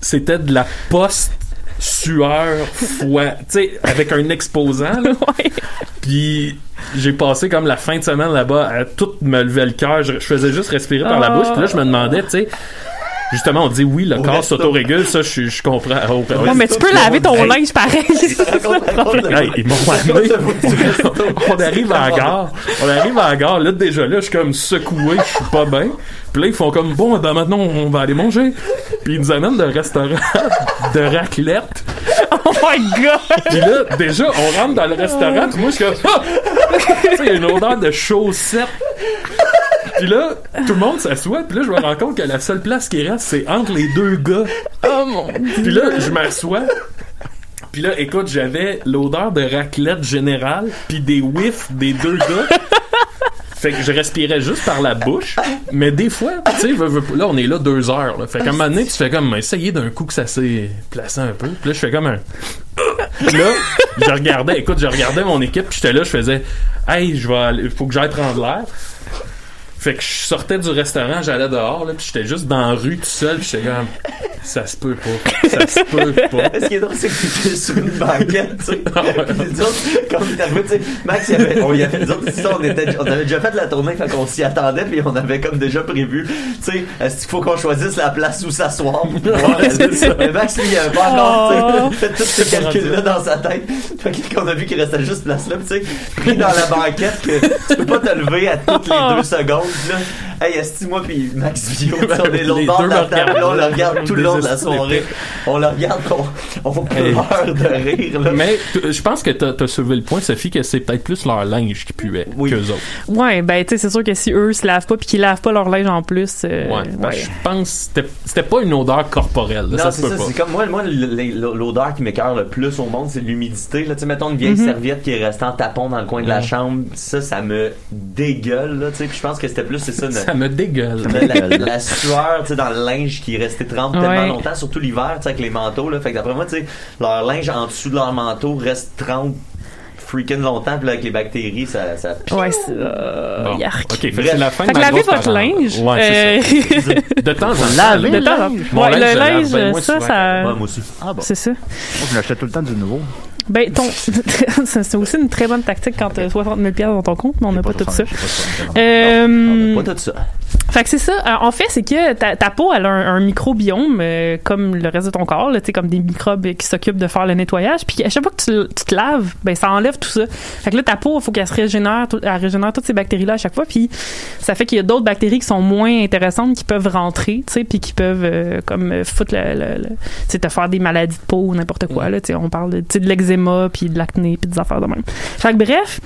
D: c'était de la poste sueur froid, tu sais, avec un exposant, là.
C: ouais.
D: Puis j'ai passé comme la fin de semaine là-bas à tout me lever le cœur. Je, je faisais juste respirer par la
C: Ah.
D: bouche. Puis là, je me demandais, tu sais. Justement, on dit oui, le corps
E: resto.
D: s'autorégule, ça, je, je comprends. Oh, oh,
C: Ouais, mais tu peux laver ton
D: Hey.
C: linge pareil.
D: Hey, ils m'ont
E: (laughs)
D: amené. (laughs) on arrive à la gare. On arrive à la gare. Là, déjà là, je suis comme secoué, je suis pas bien. Puis là, ils font comme bon, ben, maintenant, on va aller manger. Puis ils nous amènent d'un restaurant (laughs) de raclette.
C: oh my god!
D: Puis là, déjà, on rentre dans le restaurant, puis moi, je suis comme, ah! Tu sais, il y a une odeur de chaussettes. Puis là, tout le monde s'assoit, puis là, je me rends compte que la seule place qui reste, c'est entre les deux gars.
C: Oh mon dieu!
D: Puis là, je m'assois. Puis là, écoute, j'avais l'odeur de raclette générale, puis des whiffs des deux gars. Fait que je respirais juste par la bouche. Mais des fois, tu sais, veux- veux- là, on est là deux heures. là. Fait qu'à un moment donné, tu fais comme, essayez d'un coup que ça s'est placé un peu. Puis là, je fais comme un... (laughs) Puis là, je regardais, écoute, je regardais mon équipe, puis j'étais là, je faisais, hey, je vais aller- faut que j'aille prendre l'air. Fait que je sortais du restaurant, j'allais dehors, là, puis j'étais juste dans la rue tout seul, puis j'étais comme, ça se peut pas, ça se peut pas.
E: Ce qui est drôle, c'est que j'étais sur une banquette, tu sais.
D: Ah ouais.
E: Puis les autres, quand on est arrivé, tu sais, Max, il avait, on y avait, nous autres, c'est ça, on, était, on avait déjà fait la tournée, fait qu'on s'y attendait, puis on avait comme déjà prévu, tu sais, est-ce qu'il faut qu'on choisisse la place où s'asseoir? pour pouvoir rester? Mais Max, lui, il avait pas encore, tu sais, fait tous ces calculs-là dans sa tête. Fait que quand on a vu qu'il restait juste place là, tu sais, pris dans la banquette, que tu peux pas te lever à toutes les deux secondes, là. Hey, est moi, puis Max Vio, tu sais, on est l'autre
D: Les
E: bord
D: deux
E: de la
D: me
E: table, là, on le regarde tout le long de la
D: Des
E: soirée. On le regarde, on, on pleure de rire. Là.
D: Mais t- je pense que t'as as soulevé le point, Sophie, que c'est peut-être plus leur linge qui puait
E: Oui.
D: qu'eux autres.
C: Ouais, ben, tu sais, c'est sûr que si eux se lavent pas puis qu'ils lavent pas leur linge en plus. euh,
D: Ouais. Ben, Je pense que c'était- c'était pas une odeur corporelle. là,
E: non,
D: ça se
E: c'est
D: peut
E: ça,
D: pas.
E: c'est comme moi, moi l- l- l'odeur qui m'écœure le plus au monde, c'est l'humidité. Là, tu sais, mettons une vieille serviette qui est restée en tapon dans le coin de la
D: Mhm.
E: chambre, ça, ça me dégueule, là, tu sais, puis je pense que c'était plus, c'est ça,
D: Ça
E: une-
D: me dégueule.
E: la, la- la sueur, tu sais, dans le linge qui restait 30
C: Ouais.
E: tellement longtemps, surtout l'hiver, tu sais, avec les manteaux, là, fait que d'après moi, tu sais, leur linge en dessous de leur manteau reste 30 freaking longtemps, puis là, avec les bactéries, ça... ça...
C: Ouais, c'est. euh,
D: Bon.
C: yark.
D: Ok, fait que c'est la fin
C: Fait
D: de
C: que
D: ma
C: lavez
D: grosse
C: votre linge.
D: parenthèse. Ouais,
C: euh, (laughs)
D: c'est ça. (laughs) De temps en
A: Laver.
C: de
A: Le
C: temps.
A: linge.
D: Mon
C: Ouais,
D: linge, je
C: le
D: le lave bien
C: linge,
D: moins
C: ça,
D: souvent
C: ça.
E: Ouais, moi aussi.
A: Ah bon.
C: C'est ça.
A: Moi, je l'achète tout le temps du nouveau.
C: Ben, ton. (laughs) c'est c'est aussi une très bonne tactique quand t'as 60 000 piastres dans ton compte, mais on n'a pas, tout ça. Euh,
D: Hmm.
E: Pas tout ça.
C: Fait que c'est ça. Euh, En fait, c'est que ta, ta peau, elle a un, un microbiome euh, comme le reste de ton corps, là, tu sais, comme des microbes qui s'occupent de faire le nettoyage. Puis à chaque fois que tu, tu te laves, ben ça enlève tout ça. Fait que là, ta peau, il faut qu'elle se régénère, tout- elle régénère toutes ces bactéries-là à chaque fois. Puis ça fait qu'il y a d'autres bactéries qui sont moins intéressantes qui peuvent rentrer, tu sais, puis qui peuvent euh, comme euh, foutre le, le- le- tu sais, te faire des maladies de peau ou n'importe quoi. Là, tu sais, on parle de, tu sais, de l'eczéma, puis de l'acné, puis des affaires de même. Fait que bref.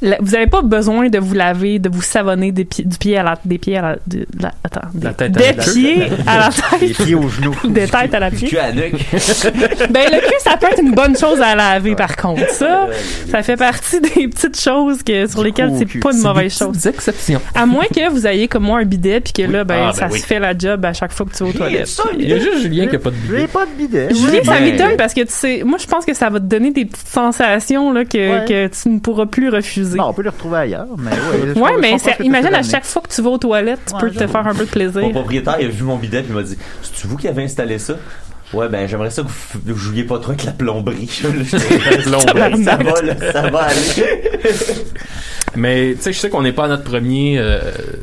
C: la- vous n'avez pas besoin de vous laver, de vous savonner des, pieds- du pied à la, des pieds à la, de- de la- attends, des,
D: La tête à
C: des
D: la-
C: pieds à la
A: Les
C: tête,
A: pieds aux genoux.
C: des têtes à la pied.
E: Cul à nuque.
D: (laughs)
C: Ben le cul, ça peut être une bonne chose à laver par contre. Ça,
E: euh,
C: ça fait partie (laughs) des petites choses que sur
A: Du
C: lesquelles
A: coup au
C: c'est
A: cul.
C: pas une
D: C'est des
C: mauvaise
D: petites
C: chose.
D: exceptions.
C: À moins que vous ayez comme moi un bidet puis que là ben,
D: Ah, ben
C: ça
D: oui.
C: se fait la job à chaque fois que tu vas aux toilettes.
D: Il y a juste Julien qui a pas de
A: J'ai
D: bidet.
A: pas de bidet.
C: Julien, ça
E: mais-
C: m'étonne parce que tu sais, moi je pense que ça va te donner des petites sensations là, que,
A: Ouais.
C: que tu ne pourras plus refuser.
A: Bon, on peut les retrouver ailleurs, mais ouais. je
C: ouais,
A: comprends- je
C: mais
A: comprends
C: ça-
A: ce que tu
C: imagine
A: veux
C: à
A: donner.
C: chaque fois que tu vas aux toilettes, tu
A: Ouais,
C: peux te
A: j'avoue.
C: faire un peu de plaisir.
E: Mon propriétaire, il a vu mon bidet, puis il m'a dit C'est-tu vous qui avez installé ça Ouais, ben j'aimerais ça que vous, vous jouiez pas trop avec la plomberie. (laughs)
C: Tabarnak.
E: ça va, là, ça va aller.
D: Mais tu sais, je sais qu'on n'est pas à notre premier euh,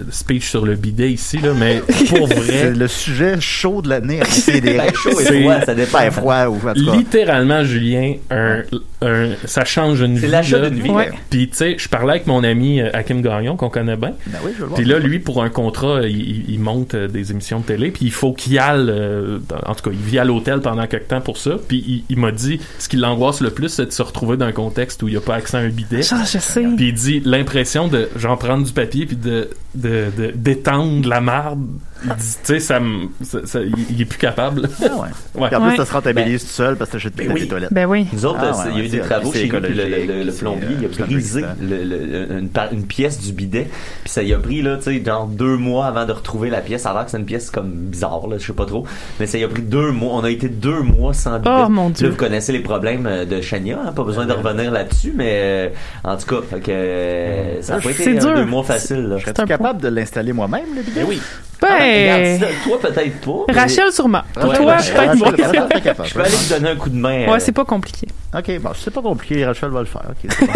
D: speech sur le bidet ici, là, mais
E: (laughs)
D: pour
A: C'est
D: vrai,
A: le sujet chaud de l'année hein. à
E: Ben,
A: CDR.
E: chaud
D: C'est-
E: et froid, ça dépend.
A: Ben froid ou en tout cas.
D: littéralement, Julien, un, un- ça change une vie.
E: C'est l'achat
D: là.
E: d'une vie.
C: Ouais.
D: Puis tu sais, je parlais avec mon ami euh, Hakim Gagnon, qu'on connaît bien.
A: Ben oui, je veux le voir.
D: Puis là, lui, pour un contrat, il- il, il monte euh, des émissions de télé, puis il faut qu'il aille, euh, dans- en tout cas, il vit à l'hôtel pendant quelque temps pour ça. Puis il, il m'a dit, ce qui l'angoisse le plus, c'est de se retrouver dans un contexte où il n'y a pas accès à un bidet.
C: Ah, je sais.
D: Puis il dit l'impression de j'en prendre du papier puis de de- de- d'étendre la marde. Il dit, tu sais, ça me. ça- ça- il, il est plus capable.
A: Ah ouais.
D: Ouais.
A: Puis en
C: Ouais.
A: plus, ça se rentabilise tout seul parce que t'achètes plus
E: Ben
A: de
E: oui.
A: toilettes.
C: Ben oui.
E: Nous autres,
A: Ah,
E: euh,
A: ouais,
E: c'est- il y a
A: ouais,
E: eu des
A: c'est-
E: travaux
A: c'est
E: chez nous, puis le,
A: écologique,
E: le- le
A: c'est,
E: plombier,
A: euh,
E: il a
A: c'est un
E: brisé
A: peu
E: le- le- une, par- une pièce du bidet, puis ça y a pris, là, tu sais, genre deux mois avant de retrouver la pièce, alors que c'est une pièce comme bizarre, là, je sais pas trop, mais ça y a pris deux mois, on a été deux mois sans bidet.
C: Oh, mon Dieu.
E: Là, vous connaissez les problèmes euh, de Chania, hein, pas besoin de revenir là-dessus, mais euh, en tout cas, fait que, euh, ça a
C: Ah,
E: pas
C: c'est
E: été
C: dur.
E: un deux mois facile, là.
C: C'est un
A: Serais-tu capable de l'installer moi-même, le bidet?
E: Mais oui. Ah, ben,
C: Ben,
E: regarde, ça, toi, peut-être pas. mais
C: Rachel sûrement. Pour
A: Ah, Ouais,
C: toi,
A: Rachel,
C: peut-être
A: Rachel,
C: moi.
A: Rachel serait capable.
E: Je peux aller te donner un coup de main. euh,
C: Ouais, c'est pas compliqué.
A: Ok, bon, c'est pas compliqué, Rachel va le faire. Ok, c'est bon.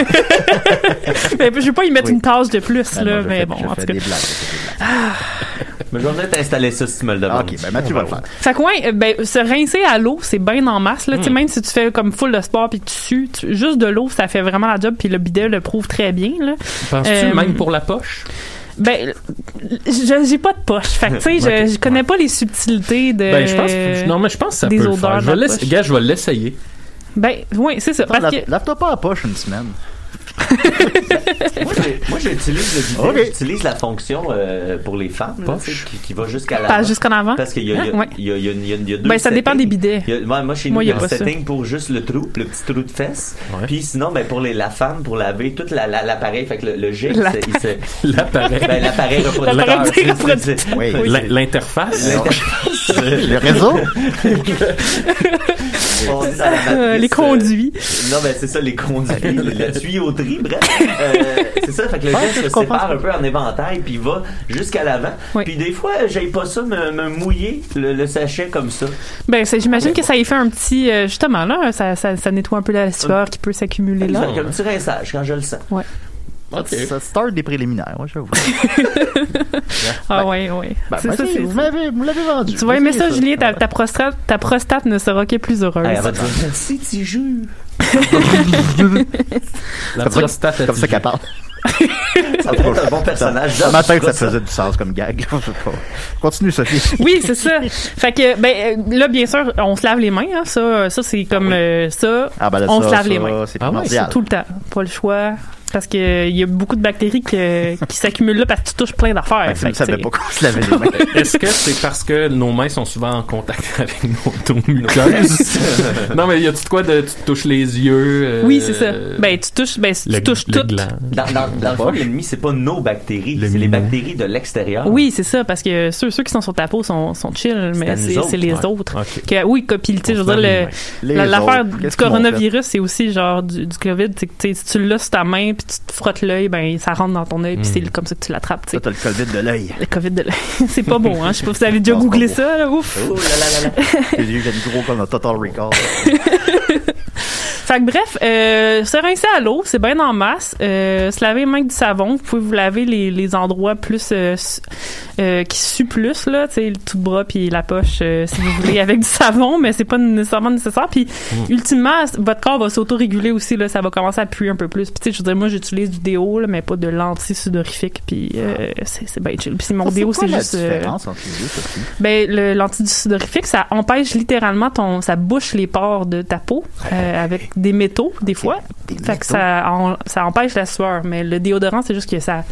C: Mais je vais pas y mettre
A: Euh, Oui.
C: une tâche de plus,
A: Ben
C: là,
A: non, je
C: mais
A: fais-
C: bon,
A: je
C: en
A: fais
C: tout cas.
A: des blagues, je fais des blagues.
E: euh, Mais je vais venir t'installer ça si tu me le demandes.
A: Ok, ben Mathieu va le faire.
C: Fait que ouais, euh, ben, se rincer à l'eau, c'est bien en masse, là. Tu sais, même si tu fais comme full de sport puis que tu sues, tu- juste de l'eau, ça fait vraiment la job puis le bidet le prouve très bien, là.
D: Penses-tu
C: Euh,
D: même pour la poche?
C: Ben, je- j'ai pas de poche. Fait que, tu sais, je, je connais pas les subtilités de.
D: Ben, je pense que, non, mais je pense que ça
C: des
D: peut le
C: odeurs
D: faire. Je vais
C: dans la
D: l'essa-
C: poche.
D: gars, je vais l'essayer.
C: Ben, oui, c'est ça.
A: Attends,
C: Parce que.
A: lave- Lave-toi pas la poche une semaine.
E: Moi, j'ai- moi, j'utilise le bidet.
A: Ok.
E: J'utilise la fonction euh, pour les femmes, là, tu sais, qui, qui va jusqu'à la.
C: Pas jusqu'en avant.
E: Parce qu'il y a, il y a-
C: Ouais.
E: il y a- il y a- il y a- il y a deux
C: Ben, ça dépend des
E: settings.
C: bidets.
E: Il y a- moi, moi, chez
C: Moi,
E: nous,
C: il
E: il
C: y
E: y
C: a
E: a un
C: pas ça.
E: setting pour juste le trou, le petit trou de fesse.
D: Ouais.
E: Puis sinon, ben, pour les, la femme, pour laver tout la- la- l'appareil, fait que le, le jet, il
C: L'appareil.
E: se- il
D: (laughs)
E: se-
D: L'appareil.
E: ben, l'appareil reproducteur.
C: L'appareil
E: tu sais,
C: reproducteur.
E: (laughs) tu sais,
A: Oui.
D: L'in- L'interface.
A: Le réseau?
E: on dit dans la
C: euh,
E: matrice, euh,
C: les conduits.
E: Non, mais c'est ça,
C: (laughs)
E: les conduits, la tuyauterie, bref. Euh, c'est ça, fait que le
A: Ouais,
E: gars
A: je
E: se
A: comprends
E: sépare
A: ça.
E: un peu en éventail, puis il va jusqu'à l'avant.
C: Oui.
E: Puis des fois, j'aille pas ça me, me mouiller le, le sachet comme ça.
C: Ben, c'est- j'imagine que ça y fait un petit. euh, justement, là, ça, ça, ça nettoie un peu la sueur qui peut s'accumuler là.
E: Ça fait un petit rinçage quand je le sens.
A: Ça start des préliminaires, moi, j'avoue.
C: Ah, ouais, ouais.
A: Ben,
C: c'est
A: ben,
C: ça,
A: si,
C: c'est-
A: vous m'avez- vous l'avez vendu.
C: Tu vas aimer ça,
A: Essayez
C: Julien. Ta,
A: Ah,
C: ta prostate, ta prostate ne sera que plus heureuse.
E: Hey, elle va te dire merci, Tiju.
D: La
A: Comme ça-
D: prostate à
A: Comme ça
D: tige.
A: qu'elle parle.
E: Ça va être un bon personnage.
A: Dans ma tête, ça
E: J'adore
A: faisait du sens comme gag. là, je sais pas. Continue, Sophie.
C: Oui, c'est ça. Fait que, ben, euh, là, bien sûr, on se lave les mains, hein. Ça, ça c'est comme euh, ça.
A: Ah, ben là,
C: on
A: ça,
C: se lave
A: ça,
C: les mains.
A: C'est
D: Ah ouais,
A: primordial.
C: Tout le temps. Pas le choix. Parce qu'il y a beaucoup de bactéries que- qui s'accumulent là parce que tu touches plein d'affaires.
A: Maxime
C: Fait
A: ne
C: que,
A: savait
C: tu
A: pas qu'on se lavait les mains.
D: Est-ce que c'est parce que nos mains sont souvent en contact (laughs) avec nos nos muqueuses? (laughs) non, mais y a-tu de quoi de. Tu te touches les yeux? euh,
C: sais. Oui, c'est ça. Ben, tu touches, ben, tu
D: le-
C: touches
D: le
C: tout. (laughs)
D: gland.
E: Dans, dans, dans le fond,
A: poche.
E: l'ennemi, c'est pas nos bactéries,
D: Le
E: c'est les
D: minou.
E: bactéries de l'extérieur.
C: Oui, c'est ça, parce que ceux, ceux qui sont sur ta peau sont, sont chill, mais
E: à
C: c'est
E: nous autres,
C: c'est les
D: ouais.
C: autres.
D: Ok.
C: Que, oui, que- puis, tu sais, je
D: On
C: veux dire,
D: se lave
C: le-
A: Les
C: (laughs)
D: les mains.
C: la- l'affaire
A: autres,
C: du
A: qu'est-ce qu'ils m'ont
C: coronavirus, c'est aussi genre du, du COVID. c'est que, tu sais, si tu l'as sur ta main, puis tu te frottes l'œil, ben, ça rentre dans ton œil, puis c'est comme ça que tu l'attrapes, tu
A: fait?
C: sais.
A: Toi, t'as le COVID de l'œil.
C: Le COVID de l'œil. (laughs) c'est pas bon, hein. Je sais pas si vous avez déjà
A: Non, c'est
C: googlé
A: pas beau.
C: ça, là, ouf.
E: Oh là là là là.
A: Tes yeux viennent gros comme un Total
C: (laughs)
A: Recall.
C: Fait que bref, euh, se rincer à l'eau, c'est bien en masse. Euh, se laver les mains avec du savon. Vous pouvez vous laver les, les endroits plus euh, s- euh, qui suent plus là, tu sais, le tout de bras puis la poche euh, si vous voulez (laughs) avec du savon, mais c'est pas nécessairement nécessaire. Puis
A: Mm.
C: ultimement, c- votre corps va s'autoréguler aussi là, ça va commencer à puer un peu plus. Puis tu sais, je veux dire, moi j'utilise du déo là, mais pas de l'anti-sudorifique. Puis euh, c'est c'est bien chill. Puis mon déo, c'est
A: Ah. quoi
C: juste.
A: la
C: euh,
A: différence entre les deux, Sophie?
C: ben, le- l'antidusudorifique, ça empêche littéralement ton, ça bouche les pores de ta peau euh, avec des métaux, des fois.
A: Des
C: Fait que
A: métaux.
C: ça, en- ça empêche la sueur. Mais le déodorant, c'est juste que ça,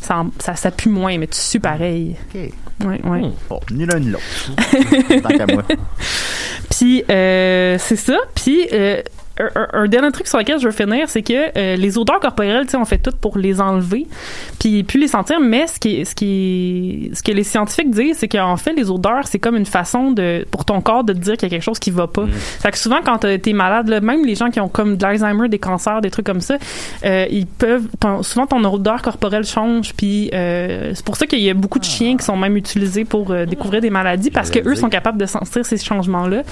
C: ça, en- ça, ça pue moins, mais tu sues pareil.
A: Ok.
C: Ouais, ouais.
D: Hmm.
A: Bon, ni l'un ni l'autre. (laughs) Tant qu'à moi.
C: Puis euh, c'est ça. Puis euh, un, un- un dernier truc sur lequel je veux finir, c'est que euh, les odeurs corporelles, tu sais, on fait tout pour les enlever, puis plus les sentir. Mais ce qui, ce qui, ce que les scientifiques disent, c'est qu'en fait, les odeurs, c'est comme une façon de, pour ton corps de te dire qu'il y a quelque chose qui va pas. Fait que souvent, quand euh, t'es malade, là, même les gens qui ont comme de l'Alzheimer, des cancers, des trucs comme ça, euh, ils peuvent. ton- souvent, ton odeur corporelle change. Puis euh, c'est pour ça qu'il y a beaucoup de chiens qui sont même utilisés pour euh, découvrir des maladies parce que
E: J'allais
C: eux
E: dire.
C: sont capables de sentir ces changements-là.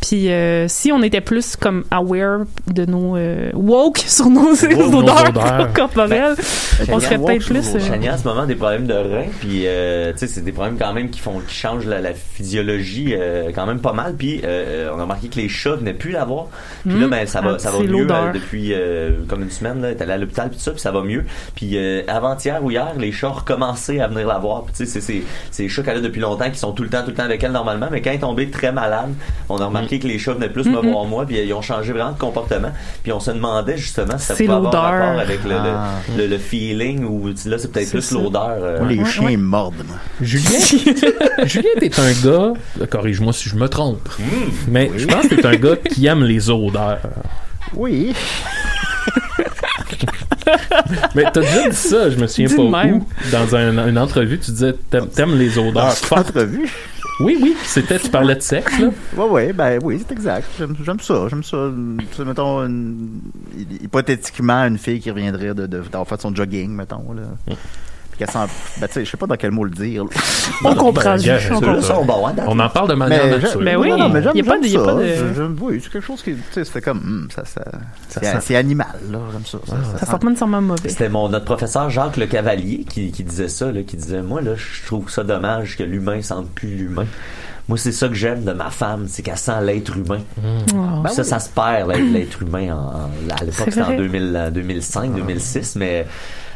C: Puis euh, si on était plus comme aware de nos euh, woke (laughs) sur nos,
D: nos
C: odeurs,
D: odeurs.
C: (laughs) corporelles,
A: Ben,
C: on serait
A: woke
C: peut-être
A: sur
C: plus.
A: nos
C: euh,
E: Chania, en ce moment, des problèmes de reins, puis euh, tu sais, c'est des problèmes quand même qui font, qui changent la, la physiologie euh, quand même pas mal. Puis euh, on a remarqué que les chats venaient plus l'avoir. Puis là,
C: Mm.
E: ben ça va,
C: Ah,
E: ça va
C: c'est
E: mieux
C: l'odeur.
E: euh, depuis euh, comme une semaine. Là, est allé à l'hôpital puis tout ça, puis ça va mieux. Puis euh, avant-hier ou hier, les chats ont recommencé à venir la voir. Puis tu sais, c'est- c'est c'est les chats qu'elle a depuis longtemps, qui sont tout le temps, tout le temps avec elle normalement. Mais quand elle est tombée très malade, on a remarqué
C: Hmm.
E: que les chats venaient plus me voir moi, puis euh, ils ont changé vraiment de comportement. Puis on se demandait justement si ça
C: C'est
E: pouvait avoir
C: l'odeur.
E: rapport avec le- le-
A: Ah.
E: le, le feeling ou là c'est peut-être
C: C'est
E: plus
C: ça.
E: l'odeur euh,
A: Moi, les
C: Ouais,
A: chiens
C: ouais.
A: mordent, moi.
D: Julien,
C: (laughs)
D: Julien, t'es un gars, euh, corrige-moi si je me trompe, mais je pense que t'es un gars qui aime les odeurs.
A: Oui.
D: Mais t'as déjà dit ça, je me
C: Dis
D: souviens
C: de
D: pas
C: même.
D: où. Dans un- une entrevue, tu disais t'aimes t'aimes les
C: Ah,
D: odeurs fortes.
A: Entrevue.
D: Oui, oui, c'était, tu parlais de sexe, là.
A: Ouais, ouais, ben oui, c'est exact. J'aime j'aime ça, j'aime ça. Tu sais, mettons, une- hypothétiquement, une fille qui reviendrait de, de, d'avoir fait son jogging, mettons, là. Puis qu'elle s'en... Ben, tu sais, je sais pas dans quel mot le dire, là.
C: on comprend,
D: Ben,
C: Jules, on
D: gars, c'est
C: comprend.
E: Ceux-là sont bons, hein, dans-
D: On en parle de manière
A: Mais,
D: naturelle.
C: Ben oui,
A: non, non, mais j'aime,
C: y a pas
A: j'aime
C: de- y a
A: ça.
C: pas de-
A: Je- j'aime- oui, c'est quelque chose qui, tu sais, c'était comme, hum, ça, ça, c'est,
D: sent-
A: c'est animal, là, j'aime ça. ça, ça
C: Ça
A: sent-
C: sent pas nécessairement mauvais.
E: c'était mon notre professeur Jacques Le Cavalier qui, qui disait ça là, qui disait moi là je trouve ça dommage que l'humain sente plus l'humain moi c'est ça que j'aime de ma femme c'est qu'elle sent l'être humain
C: Oh.
E: ça ça se perd l'être- l'être humain en- en- à l'époque
C: C'est
E: c'était en
C: vrai. Ah.
E: 2000, euh, 2005 2006 mais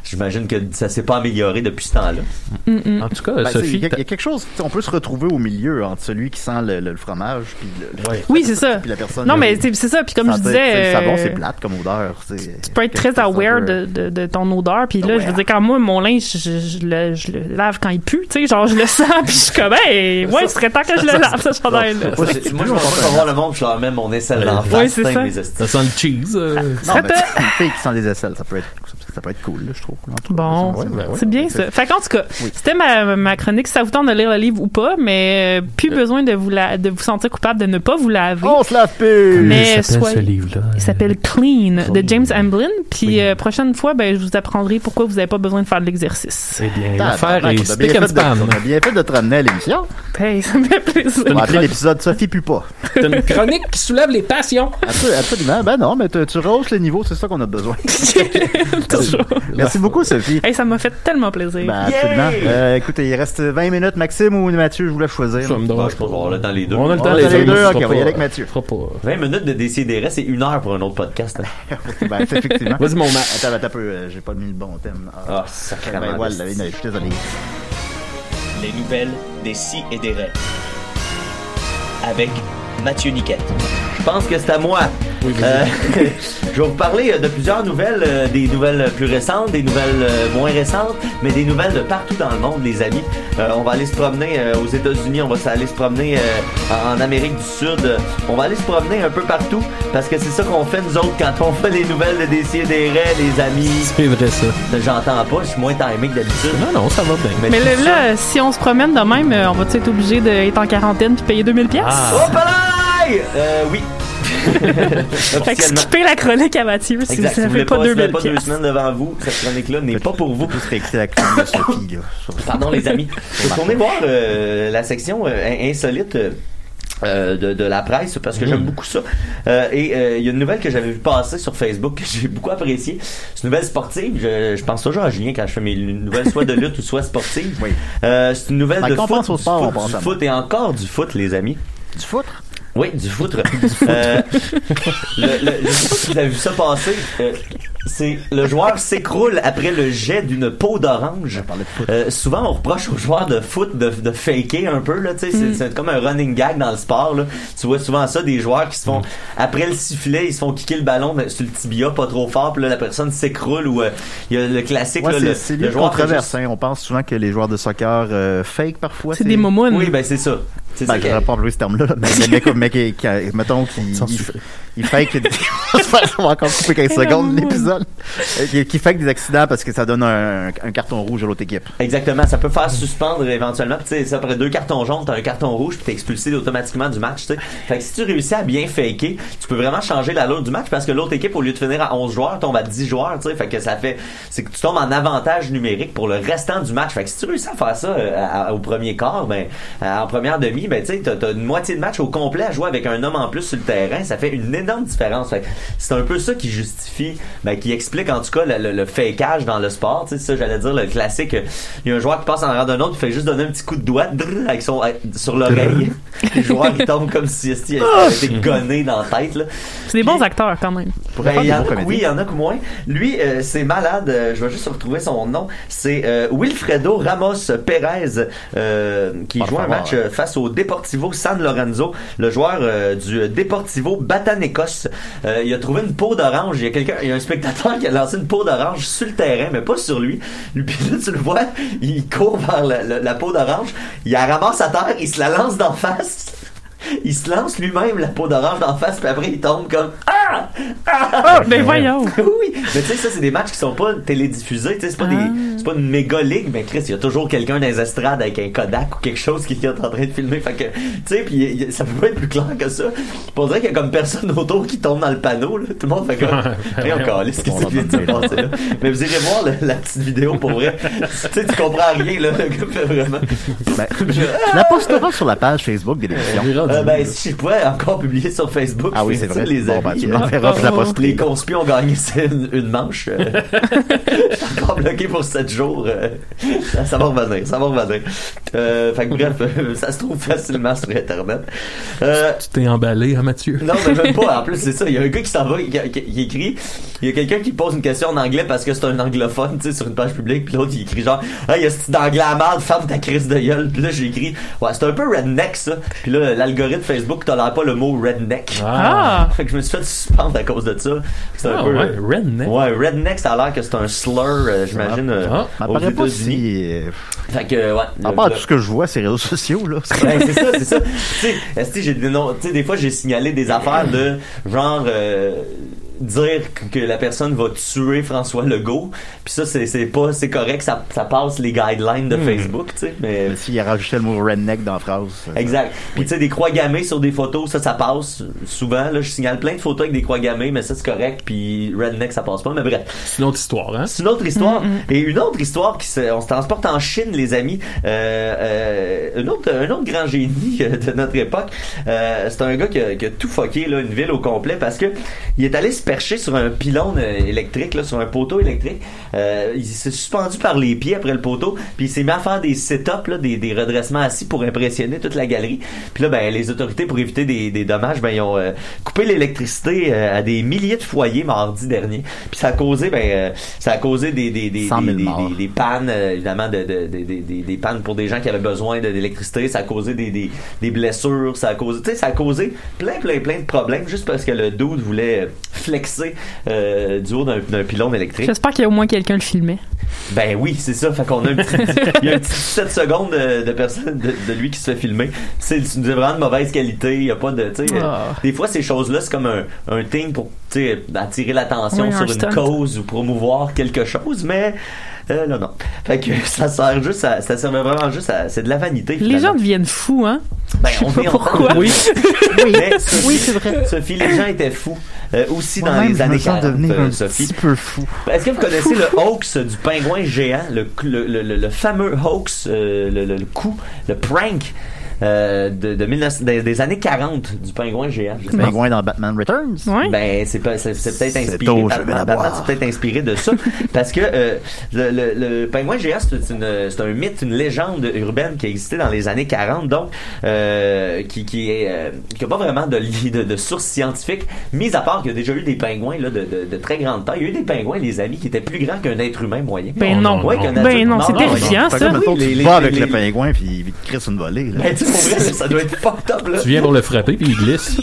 E: j'imagine que ça s'est pas amélioré depuis ce temps-là
D: En tout cas,
A: Ben, tu sais, il
D: Sophie,
A: y, a- il
D: t'as-
A: y a quelque chose, tu sais, on peut se retrouver au milieu entre celui qui sent le, le- le fromage puis le- le-
D: Ouais.
C: Oui, c'est ça.
A: puis la personne.
C: Non,
A: là,
C: mais tu sais, c'est ça. Puis comme je
A: sentait, tu sais,
C: disais.
A: le savon, c'est
C: euh,
A: plate comme odeur. c'est-
C: tu peux être
A: quelque
C: très
A: chose un
C: aware
A: peu- euh,
C: de, de, de ton odeur. Puis là, je veux
A: Aware.
C: dire, quand moi, mon linge, je, je le, je le lave quand il pue, tu sais, genre, je le (laughs) sens, puis je suis comme, hey, ouais, ce serait temps que je le lave, ce chandail-là.
E: moi je moi, je vais pas voir le monde puis je leur mets mon aisselle d'en
C: Ouais,
E: face
C: c'est
E: teint,
C: ça.
E: mes estimes.
D: ça sent le cheese. euh.
A: Non,
C: Ça
A: mais
C: peut-
A: c'est une fille qui sent les aisselles, ça peut être, ça peut être cool, là, je trouve. en tout cas.
C: Bon,
A: Ça, ça,
D: ben
A: ça,
D: ouais.
C: c'est bien ça. Fait qu'en tout cas,
A: Oui.
C: c'était ma, ma chronique. Ça vous tente de lire le livre ou pas, mais euh, plus besoin de vous, la, de vous sentir coupable de ne pas vous laver.
A: On se lave plus!
C: mais
D: Comment il s'appelle
C: soyez-
D: ce livre-là. euh,
C: Il s'appelle Clean de James Amblin. Puis euh, prochaine fois, ben, je vous apprendrai pourquoi vous n'avez pas besoin de faire de l'exercice.
D: Eh bien,
A: Ah,
D: l'affaire
A: tabarnak,
D: est
A: on a bien
D: stick
A: fait
D: and
A: de-
D: span.
A: On a bien fait de te ramener à l'émission.
C: Hey, ça me fait plaisir.
A: On va appeler
D: chronique.
A: l'épisode Sophie pue pas.
D: (laughs) T'as une chronique qui soulève les passions.
A: Absol- Absolument. Ben non, mais tu tu rehausses le niveau, c'est ça qu'on a
E: (laughs)
A: besoin.
C: Toujours.
A: Merci beaucoup, Sophie.
C: (laughs) Hey, ça m'a fait tellement plaisir.
A: Ben, absolument. Euh, écoutez, il reste 20 minutes. Maxime ou Mathieu, je voulais choisir.
D: Ça me
E: Bon,
D: dérange
E: je pense
D: pas.
E: qu'on va dans les deux
D: On a le
A: On
D: temps,
A: a
D: les
A: les
D: amis,
A: deux,
D: ce
A: ok,
D: sera
A: on va y aller
D: pas-
A: avec Mathieu.
D: ce sera pas-
E: 20 minutes de décider, c'est une heure pour un autre podcast. hein.
A: (laughs) Ben, c'est effectivement.
D: Vas-y, mon Matt.
A: Attends, attends un peu, euh, j'ai pas mis le bon thème.
E: Ah,
A: ben,
E: sacrément.
A: voilà, la ligne, je suis désolé.
G: Les nouvelles des si et des rêves. Avec Mathieu Niquette.
E: Je pense que c'est à moi. Euh, (laughs) je vais vous parler euh, de plusieurs nouvelles, euh, des nouvelles plus récentes, des nouvelles euh, moins récentes, mais des nouvelles de partout dans le monde, les amis. Euh, on va aller se promener euh, aux États-Unis, on va aller se promener euh, en en Amérique du Sud, euh, on va aller se promener un peu partout, parce que c'est ça qu'on fait nous autres quand on fait les nouvelles de DC et des rêves, les amis.
D: C'est vrai, ça.
E: J'entends pas, je suis moins timé que d'habitude.
D: Non, non, ça va bien.
C: Mais
E: tout
C: là,
E: ça-
C: là, si on se promène de même, euh, on va être obligé d'être en quarantaine puis payer 2000 pièces.
D: Ah.
E: Hop là! Euh,
A: (laughs)
E: oui.
C: fait que
E: Officiellement.
C: skippez la chronique à Mathieu si
E: Exact.
C: vous
E: Si vous
C: n'avez
E: voulez
C: pas
E: pas, si vous n'avez
C: 2000
E: pas deux
C: pièces.
E: semaines devant vous, cette chronique-là n'est pas pour vous.
A: Plus réécouter la chronique de Sophie, là. sur-
E: Pardon,
A: (laughs)
E: les amis. Retournez voir euh, la section euh, in- insolite. euh, euh, de, de la presse parce que j'aime beaucoup ça Euh, et euh, il y a une nouvelle que j'avais vu passer sur Facebook que j'ai beaucoup appréciée c'est une nouvelle sportive je, je pense toujours à Julien quand je fais mes nouvelles soit de lutte ou soit sportive
A: Oui.
E: Euh, c'est une nouvelle
A: Fait
E: de
A: qu'on
E: foot,
A: pense au
E: du
A: sport,
E: foot,
A: on pense
E: du
A: à
E: foot et encore du foot les amis
A: Du foutre? (laughs)
E: oui, du foutre. Euh, le- le- je sais pas si vous avez vu ça passer. euh, c'est le joueur s'écroule après le jet d'une peau d'orange. Euh, souvent, on reproche aux joueurs de foot de, de faker un peu. Là, tu sais, c'est, c'est comme un running gag dans le sport. Là. Tu vois souvent ça, des joueurs qui se
A: Mm.
E: font, après le sifflet, ils se font kicker le ballon mais sur le tibia, pas trop fort, puis là, la personne s'écroule. Ou euh, il y a le classique,
A: Ouais,
E: là,
A: c'est-
E: le,
A: c'est
E: le
A: lui
E: joueur fait
A: controverse.
E: juste-
A: hein. On pense souvent que les joueurs de soccer euh, fake parfois.
C: C'est des momounes.
E: Oui, ben c'est ça. C'est
A: Ben,
E: ça
A: je
E: que-
A: n'aurais pas employé ce terme-là, là, mais le mec, le mec qui, qui, mettons, qui,
H: Sans
A: il,
H: souffler.
A: il fait que, (laughs) on va se faire- on va encore couper 15 secondes l'épisode, Euh, qui, qui fait que des accidents parce que ça donne un, un carton rouge à l'autre équipe.
E: Exactement, ça peut faire suspendre éventuellement. Puis, tu sais, ça, après deux cartons jaunes, t'as un carton rouge, puis t'es expulsé automatiquement du match. tu sais. Fait que si tu réussis à bien faker, tu peux vraiment changer la l'autre du match parce que l'autre équipe, au lieu de finir à 11 joueurs, tombe à 10 joueurs. tu sais. Fait que ça fait, c'est que tu tombes en avantage numérique pour le restant du match. Fait que si tu réussis à faire ça euh, à- au premier quart, ben à- en première demi, ben tu sais, t'as t'as une moitié de match au complet à jouer avec un homme en plus sur le terrain. Ça fait une énorme différence. Fait que c'est un peu ça qui justifie, ben, qui explique en tout cas le, le, le fakeage dans le sport. Tu sais, ça, j'allais dire le classique. euh, Il y a un joueur qui passe en arrière d'un autre, il fait juste donner un petit coup de doigt drrr, avec son, avec- sur l'oreille. le joueur il tombe comme si euh, s'il avait été gonné dans la tête. Là.
C: C'est des bons acteurs quand même.
E: Ben,
A: faire
E: il y
A: des
E: en a
A: bons
E: que oui,
A: comédies.
E: il y en a que moins. Lui, euh, c'est malade. euh, je vais juste retrouver son nom. C'est euh, Wilfredo Ramos Pérez euh, qui
A: Pas
E: joue un
A: fort, hein.
E: match euh, face au Deportivo San Lorenzo, le joueur euh, du Deportivo Batanecos. Euh, il a trouvé une peau d'orange. Il y a quelqu'un, il y a un spectateur qui a lancé une peau d'orange sur le terrain, mais pas sur lui. Lui, (laughs) puis là, tu le vois, il court vers la, la- la peau d'orange. Il la ramasse à terre, il se la lance d'en face. (laughs) Il se lance lui-même la peau d'orange d'en face, puis après il tombe comme Ah! Ah!
C: Ben voyons.
E: (laughs) oui, mais tu sais, ça, c'est des matchs qui sont pas télédiffusés. Tu sais, c'est pas, des, c'est pas une méga ligue, mais Chris, il y a toujours quelqu'un dans les estrades avec un Kodak ou quelque chose qui est en train de filmer. Fait que, tu sais, puis il y a- ça peut pas être plus clair que ça. Pour dire qu'il y a comme personne autour qui tombe dans le panneau, là. Tout le monde fait comme.
D: Ouais,
E: Et encore, qu'est-ce que c'est qui vient de se passer, là? Mais vous irez voir le- la petite vidéo pour vrai. (laughs) tu sais, tu comprends rien, là. Le gars fait vraiment. (laughs)
A: Ben, je la posterai sur la page Facebook de l'émission.
D: On est rendu
E: Euh, ben,
D: là.
E: si je pouvais encore publier sur Facebook,
A: Ah oui,
E: je
A: c'est
E: ferais
A: vrai.
E: ça, les
A: bon, ben,
E: amis.
A: tu me l'enverras, je la
E: Les
A: posterai.
E: conspirés ont gagné une, une manche. euh.
D: (laughs)
E: Je suis encore bloqué pour 7 jours. euh. Ça, ça va revenir, ça va revenir. Euh, fait que bref, (laughs) euh, ça se trouve facilement sur Internet. Euh,
D: Tu t'es emballé, hein, Mathieu?
E: non, mais même pas. En plus, c'est ça. Il y a un gars qui s'en va, qui, qui- qui écrit. Il y a quelqu'un qui pose une question en anglais parce que c'est un anglophone, tu sais, sur une page publique. Puis l'autre, il écrit genre, ah, il y a ce petit anglais à merde, ferme ta crise de gueule. Puis là, j'ai écrit, ouais, c'est un peu redneck, ça. Puis là, l'algorithme Facebook tolère pas le mot redneck.
C: Ah!
E: (laughs) Fait que je me suis fait suspendre à cause de ça. C'est un
D: Ah,
E: peu.
D: ouais, redneck.
E: Ouais, redneck, ça a l'air que c'est un slur, euh, j'imagine. euh,
D: Ah,
A: Ça
E: aux
A: paraît pas
E: États-Unis.
A: si. euh,
E: Fait que, ouais.
A: À
E: le-
A: part
E: le-
A: tout ce que je vois, ces réseaux sociaux, là.
E: (laughs) ben, c'est ça, c'est ça. Tu sais, esti, j'ai des noms- tu sais, des fois, j'ai signalé des affaires de genre euh, dire que- que la personne va tuer François Legault. Puis ça, c'est c'est pas, c'est correct, ça, ça passe les guidelines de Facebook, tu sais. Mais
A: S'il a rajouté le mot redneck dans la phrase. euh,
E: Exact. Puis tu sais des croix gammées sur des photos, ça ça passe souvent là, je signale plein de photos avec des croix gammées mais ça c'est correct puis redneck ça passe pas mais bref.
D: C'est une autre histoire, hein?
E: C'est une autre histoire. Et une autre histoire qui se, on se transporte en Chine, les amis. Euh, euh, un autre, un autre grand génie euh, de notre époque. Euh, c'est un gars qui a, qui a tout fucké là, une ville au complet parce que il est allé se percher sur un pylône euh, électrique, là, sur un poteau électrique. Euh, il s'est suspendu par les pieds après le poteau, puis il s'est mis à faire des sit-ups, là, des, des redressements assis pour impressionner toute la galerie. Puis là, ben, les autorités pour éviter des, des dommages, ben, ils ont euh, coupé l'électricité euh, à des milliers de foyers mardi dernier. Puis ça a causé, ben, euh, ça a causé des des des
A: 100 000
E: des, des-
A: morts.
E: des- des pannes, euh, évidemment, de, de, de- de- des, des pannes pour des gens qui avaient besoin de- d'électricité. Ça a causé des, des, des blessures. Ça a causé, tu sais, ça a causé plein, plein, plein de problèmes juste parce que le dude voulait euh, flexer euh, du haut d'un d'un pylône électrique.
C: J'espère qu'il y a au moins quelqu'un le filmait.
E: Ben oui, c'est ça. Fait qu'on a
C: (laughs)
E: un petit, il y a un petit 7 secondes de, de personne, de, de lui qui se fait filmer. C'est c'est vraiment de mauvaise qualité. Il y a pas de, tu sais,
C: Ah.
E: euh, des fois ces choses-là c'est comme un, un thing pour, tu sais, attirer l'attention
C: Oui, un
E: sur une
C: stunt.
E: cause ou promouvoir quelque chose, mais euh, là non. Fait que ça sert juste, à, ça servait vraiment juste à, c'est de la vanité.
C: Les gens
E: finalement.
C: deviennent fous, hein?
E: ben,
C: Je sais
E: on
C: pas
E: est
C: (laughs)
E: en-
C: pourquoi.
E: Oui. Mais Sophie,
A: Oui, c'est vrai.
E: Sophie, les gens étaient fous euh, aussi dans
A: Moi-même,
E: les
A: je me
E: années
A: sens
E: 40.
A: devenir
E: euh,
A: un
E: Sophie.
A: petit peu fou.
E: Est-ce que vous connaissez le hoax du pingouin géant, le, le, le, le- le fameux hoax, euh, le, le- le coup, le prank euh, de, de 19 des, des années 40 du pingouin géant. je sais pas.
A: Pingouin dans Batman Returns. Ah,
C: Ouais.
E: Ben, c'est pas- c'est- c'est peut-être
A: C'est
E: inspiré.
A: tôt,
E: par-
A: je vais
E: par-
A: la
E: par-
A: boire.
E: c'est peut-être inspiré de
A: (laughs)
E: ça. parce que euh, le, le, le pingouin géant, c'est une- c'est un mythe, une légende urbaine qui a existé dans les années 40, donc, euh, qui, qui est, euh, qui a pas vraiment de, li- de, de source scientifique, mis à part qu'il y a déjà eu des pingouins là, de, de, de très grande taille. Il y a eu des pingouins, les amis, qui étaient plus grands qu'un être humain moyen.
C: Ben non.
E: Ouais, qu'un adulte.
C: Ben non,
E: Non,
C: c'est
E: non,
C: terrifiant,
A: Fait que là,
C: ça.
A: mettons,
E: Oui,
A: tu
E: les-
A: te
E: les-
A: bats avec
E: les-
A: le pingouin, puis il te crisse une volée. Là.
E: Ben, tu sais, pour vrai, ça doit être fucked up, là.
D: Tu viens pour le frapper, puis il (laughs) glisse.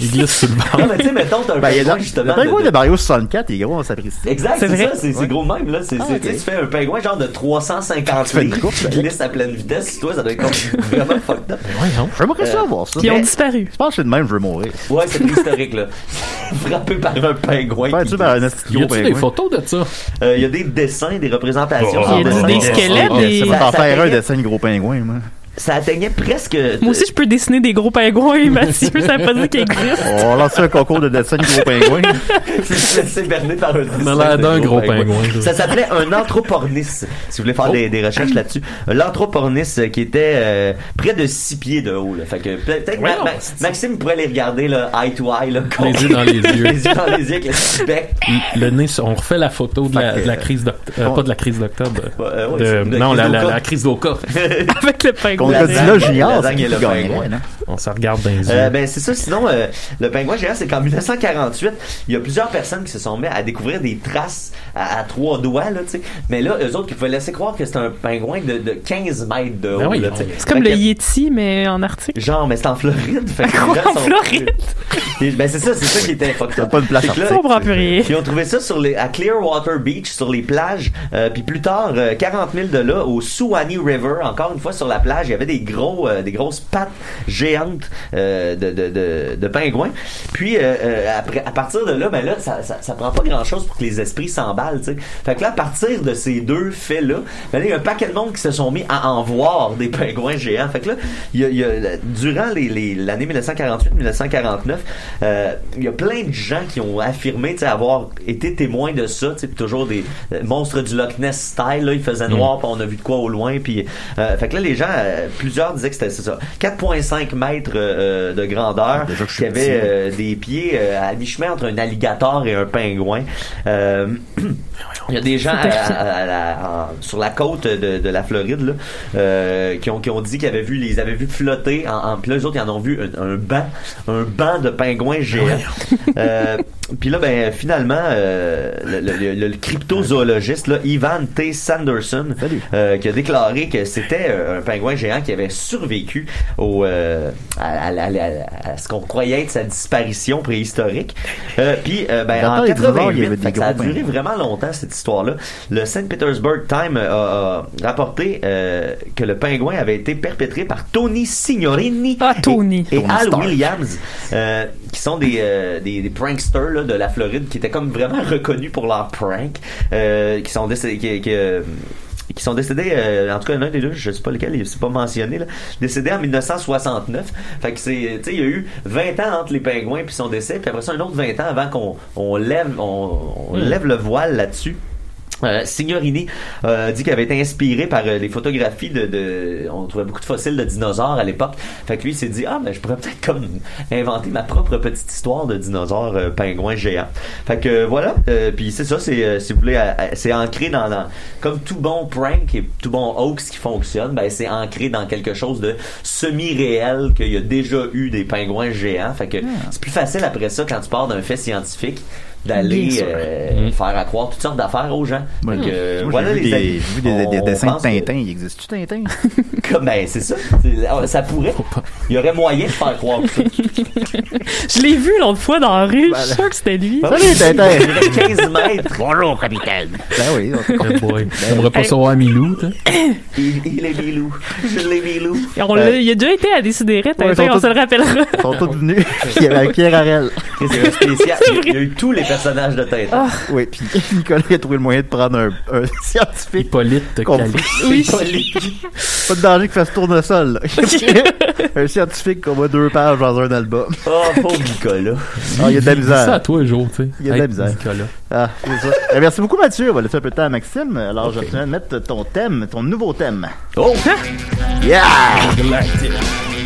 D: il glisse sur le
E: Non,
D: banc.
E: mais tu sais, mettons, t'as un
A: Ben, il y a
E: pingouin,
A: le- le
E: justement.
A: pingouin
E: de-
A: de
E: Eh,
A: Mario 64, il est gros, ça prise.
E: Exact,
C: C'est
E: c'est
C: vrai.
E: ça, c'est c'est gros de même là. C'est
A: Ah,
E: c'est-
A: ok.
E: tu sais, tu fais un pingouin genre de 350
A: Tu fais une
E: livres
A: course
E: qui
A: avec.
E: glisse à pleine vitesse, toi ça doit être comme vraiment fucked up.
D: Voyons.
A: J'aimerais
E: euh,
A: ça voir ça.
C: Puis ils ont
A: Je
C: disparu.
A: pense que c'est le même, je veux mourir.
E: Ouais, c'est historique là. (laughs) Frappé par un pingouin.
A: Faire
E: qui
A: tu par un
E: glisse.
A: esti de
D: Y
A: gros
D: a-tu des
A: pingouin.
D: photos de ça?
E: Euh, Il y a des dessins, des représentations.
C: Il y a
E: Ah,
C: des
E: ouais.
C: squelettes,
A: Ah,
C: des-
A: Je vais
E: Ça-
A: t'en
E: ça
A: Ben, faire un
E: fait-
A: dessin de gros pingouin, moi.
E: Ça atteignait presque.
C: Moi aussi, je peux dessiner des gros pingouins, (laughs) Mathieu. Ça veut pas dire qu'ils
E: (laughs)
C: existent.
A: On va lancer un concours de dessin de gros pingouin.
E: Je suis laissé berner par un dessin
D: On a l'air
E: de ben
D: d'un gros pingouin, là.
E: Ça s'appelait un anthropornis. Si vous voulez faire des, des recherches là-dessus, l'anthropornis euh, qui était euh, près de 6 pieds de haut. Là. Fait que peut- peut-être
D: Voyons,
E: Ma- Ma- Maxime pourrait les regarder là, eye to eye, là,
D: Les yeux dans les yeux.
E: (laughs) les yeux dans les yeux avec le Ben, petit bec.
D: Le nez, on refait la photo de la, de la crise d'octobre.
A: Bon.
D: pas de la crise d'octobre.
E: Euh, ouais,
D: De-
E: c'est- de
D: non,
E: crise
D: la,
E: d'Oka.
D: la, la crise d'Oka.
C: Avec le
A: Qu'on
C: pingouin.
A: a dit là, j'ignore.
E: Lasagne
A: c'est qui hein?
E: et le
A: qui gagnerait,
E: pingouin.
A: non?
D: (laughs) On se regarde dans les yeux.
E: Euh, ben c'est ça. Sinon, euh, le pingouin géant, c'est qu'en 1948, il y a plusieurs personnes qui se sont mis à découvrir des traces à, à trois doigts là, tu sais. Mais là, eux autres, qui pouvaient laisser croire que c'était un pingouin de, de 15 mètres de haut.
D: Ben oui,
E: là, tu sais.
D: on-
C: C'est comme
E: Fait
C: le
E: que-
C: Yeti, mais en Arctique.
E: Genre, mais c'est en Floride. Fait que
C: (laughs)
E: les
C: Quoi,
E: gens
C: en Floride?
E: Et- ben c'est ça, c'est ça qui était fucked up.
A: pas une place
E: C'est que là,
C: Je comprends plus rien.
E: Puis on trouvait ça sur les, à Clearwater Beach, sur les plages. Euh, puis plus tard, euh, 40 000 de là, au Suwannee River, encore une fois sur la plage, il y avait des gros, euh, des grosses pattes géantes euh, de, de, de, de pingouins. Puis euh, euh, après, à partir de là, ben là, ça, ça, ça prend pas grand-chose pour que les esprits s'emballent, tu sais. Fait que là, à partir de ces deux faits-là, ben là, il y a un paquet de monde qui se sont mis à en voir des pingouins géants. Fait que là, il y a, il y a- durant les, les- l'année 1948-1949, euh, il y a plein de gens qui ont affirmé tu sais, avoir été témoins de ça. tu sais, puis Toujours des euh, monstres du Loch Ness style. Là, il faisait noir,
A: Mm.
E: puis on a vu de quoi au loin. Puis, euh, fait que là, les gens, euh, plusieurs disaient que c'était c'est ça. 4,5 mètres euh, euh, de grandeur,
A: Déjà que je
E: qui
A: suis
E: avait
A: petit.
E: euh, des pieds euh, à mi-chemin entre un alligator et un pingouin. Euh, (clears throat) Il y a des gens à- à- à la- en- sur la côte de, de la Floride là, euh, qui, ont, qui ont dit qu'ils avaient vu, les avaient vu flotter. En, en, puis là, les autres, ils en ont vu un, un banc, un banc de pingouins géants. Euh, puis là, ben, finalement, euh, le, le- le- le cryptozoologiste là, Ivan T. Sanderson,
A: Salut.
E: euh, qui a déclaré que c'était euh, un pingouin géant qui avait survécu au, euh, à, à- à- à- à ce qu'on croyait être sa disparition préhistorique. Euh, puis, euh, ben,
A: Dans
E: en
A: les dinosaures, il y
E: 88,
A: avait des
E: fait que ça a
A: gros
E: duré
A: pingouins.
E: vraiment longtemps cette histoire-là. Le St. Petersburg Time a, a rapporté euh, que le pingouin avait été perpétré par Tony Signorini
C: Ah, Tony.
E: et, et
A: Tony
E: Al
A: Stark.
E: Williams, euh, qui sont des, euh, des, des pranksters là, de la Floride, qui étaient comme vraiment (laughs) reconnus pour leurs pranks, euh, qui sont décédés. Qui, qui, euh, qui sont décédés, euh, en tout cas, l'un des deux, je sais pas lequel, il- c'est pas mentionné, là, décédé en 1969. Fait que c'est, tu sais, il y a eu 20 ans entre les pingouins puis son décès, puis après ça, un autre 20 ans avant qu'on on lève, on, on lève le voile là-dessus. Euh, Signorini euh, dit qu'il avait été inspiré par euh, les photographies de, de- On trouvait beaucoup de fossiles de dinosaures à l'époque. Fait que lui, il s'est dit Ah, ben, je pourrais peut-être comme inventer ma propre petite histoire de dinosaures euh, pingouins géants. Fait que euh, voilà. Euh, Puis c'est ça, c'est, euh, si vous voulez, euh, euh, c'est ancré dans, dans- Comme tout bon prank et tout bon hoax qui fonctionne, ben, c'est ancré dans quelque chose de semi-réel qu'il y a déjà eu des pingouins géants. Fait que
C: Ah.
E: c'est plus facile après ça quand tu pars d'un fait scientifique d'aller
C: Bien sûr.
E: euh, faire à croire toutes sortes d'affaires aux gens.
A: Mhm. Moi,
E: Fait que, euh,
A: j'ai
E: voilà
A: vu
E: les
A: des,
E: amis.
A: j'ai vu des- des- des
E: On
A: dessins de
E: pense que-
A: Tintin. Il existe-tu
E: (laughs)
A: Tintin?
E: Comme, ben, c'est ça. C'est- Ça pourrait. Il y aurait moyen de faire croire ça.
C: Je l'ai vu l'autre fois dans la rue.
A: Ben,
C: Je suis sûre que c'était lui.
A: Salut
E: (laughs) Il y
A: Tintin! (laughs)
E: aurait 15 mètres.
A: Bonjour, capitaine! Ben oui, on s'est
D: Good boy. J'aimerais pas savoir Milou, tu sais.
E: Il, il est Milou. Je l'ai Milou.
C: Et on l'a- il a déjà été à décider,
A: ben. Ouais, ils sont
C: on se
A: tous-
C: le rappellera. (laughs)
A: Ils sont tous venus. Puis il y avait Pierre Harel.
E: Et C'est un spécial. Il y a eu tous les personnages de Tintin.
C: Oh,
A: Oui, puis Nicolas il a trouvé le moyen de prendre un, un (laughs) scientifique.
D: Hippolyte
A: Qu'on-
D: Calais.
A: Oui.
E: Oli.
A: Pas de danger qu'il fasse tournesol. là. un scientifique qui voit deux pages dans un
D: (laughs)
A: album.
E: Oh, pauvre Nicolas.
A: Ah, il y a de la
D: Dis ça à
A: misère.
D: toi, jour, tu sais.
A: Il y a de la
D: Hey,
A: misère.
D: Nicolas.
A: Ah, c'est ça. Eh, merci beaucoup, Mathieu. On va laisser un peu de temps à Maxime. Alors, je vais te mettre ton thème, ton nouveau thème.
E: Oh!
A: Yeah!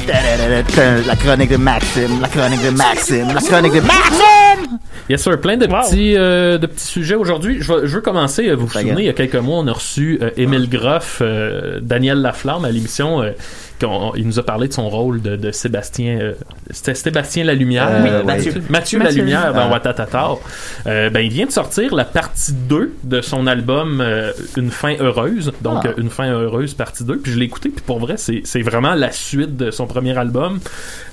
A: Ta-da-da-da-da. La chronique de Maxime, la chronique de Maxime, la chronique de Maxime!
D: Yes sir, plein de petits euh, de petits sujets aujourd'hui. Je, vais- je veux commencer. euh, Vous vous
A: Ça y est.
D: souvenez, il y a quelques mois, on a reçu euh, Émile Groff, euh, Daniel Laflamme à l'émission. euh, qu'on- il nous a parlé de son rôle de, de Sébastien. euh, C'était Sébastien La Lumière.
E: Euh, oui,
D: euh,
E: Mathieu.
D: Mathieu. Mathieu La
C: Mathieu.
D: Lumière
A: Ah.
D: dans Watatata. Euh, ben, il vient de sortir la partie 2 de son album euh, Une fin heureuse. Donc,
A: Ah.
D: euh, Une fin heureuse partie 2. Puis je l'ai écouté. Puis pour vrai, c'est c'est vraiment la suite de son premier album.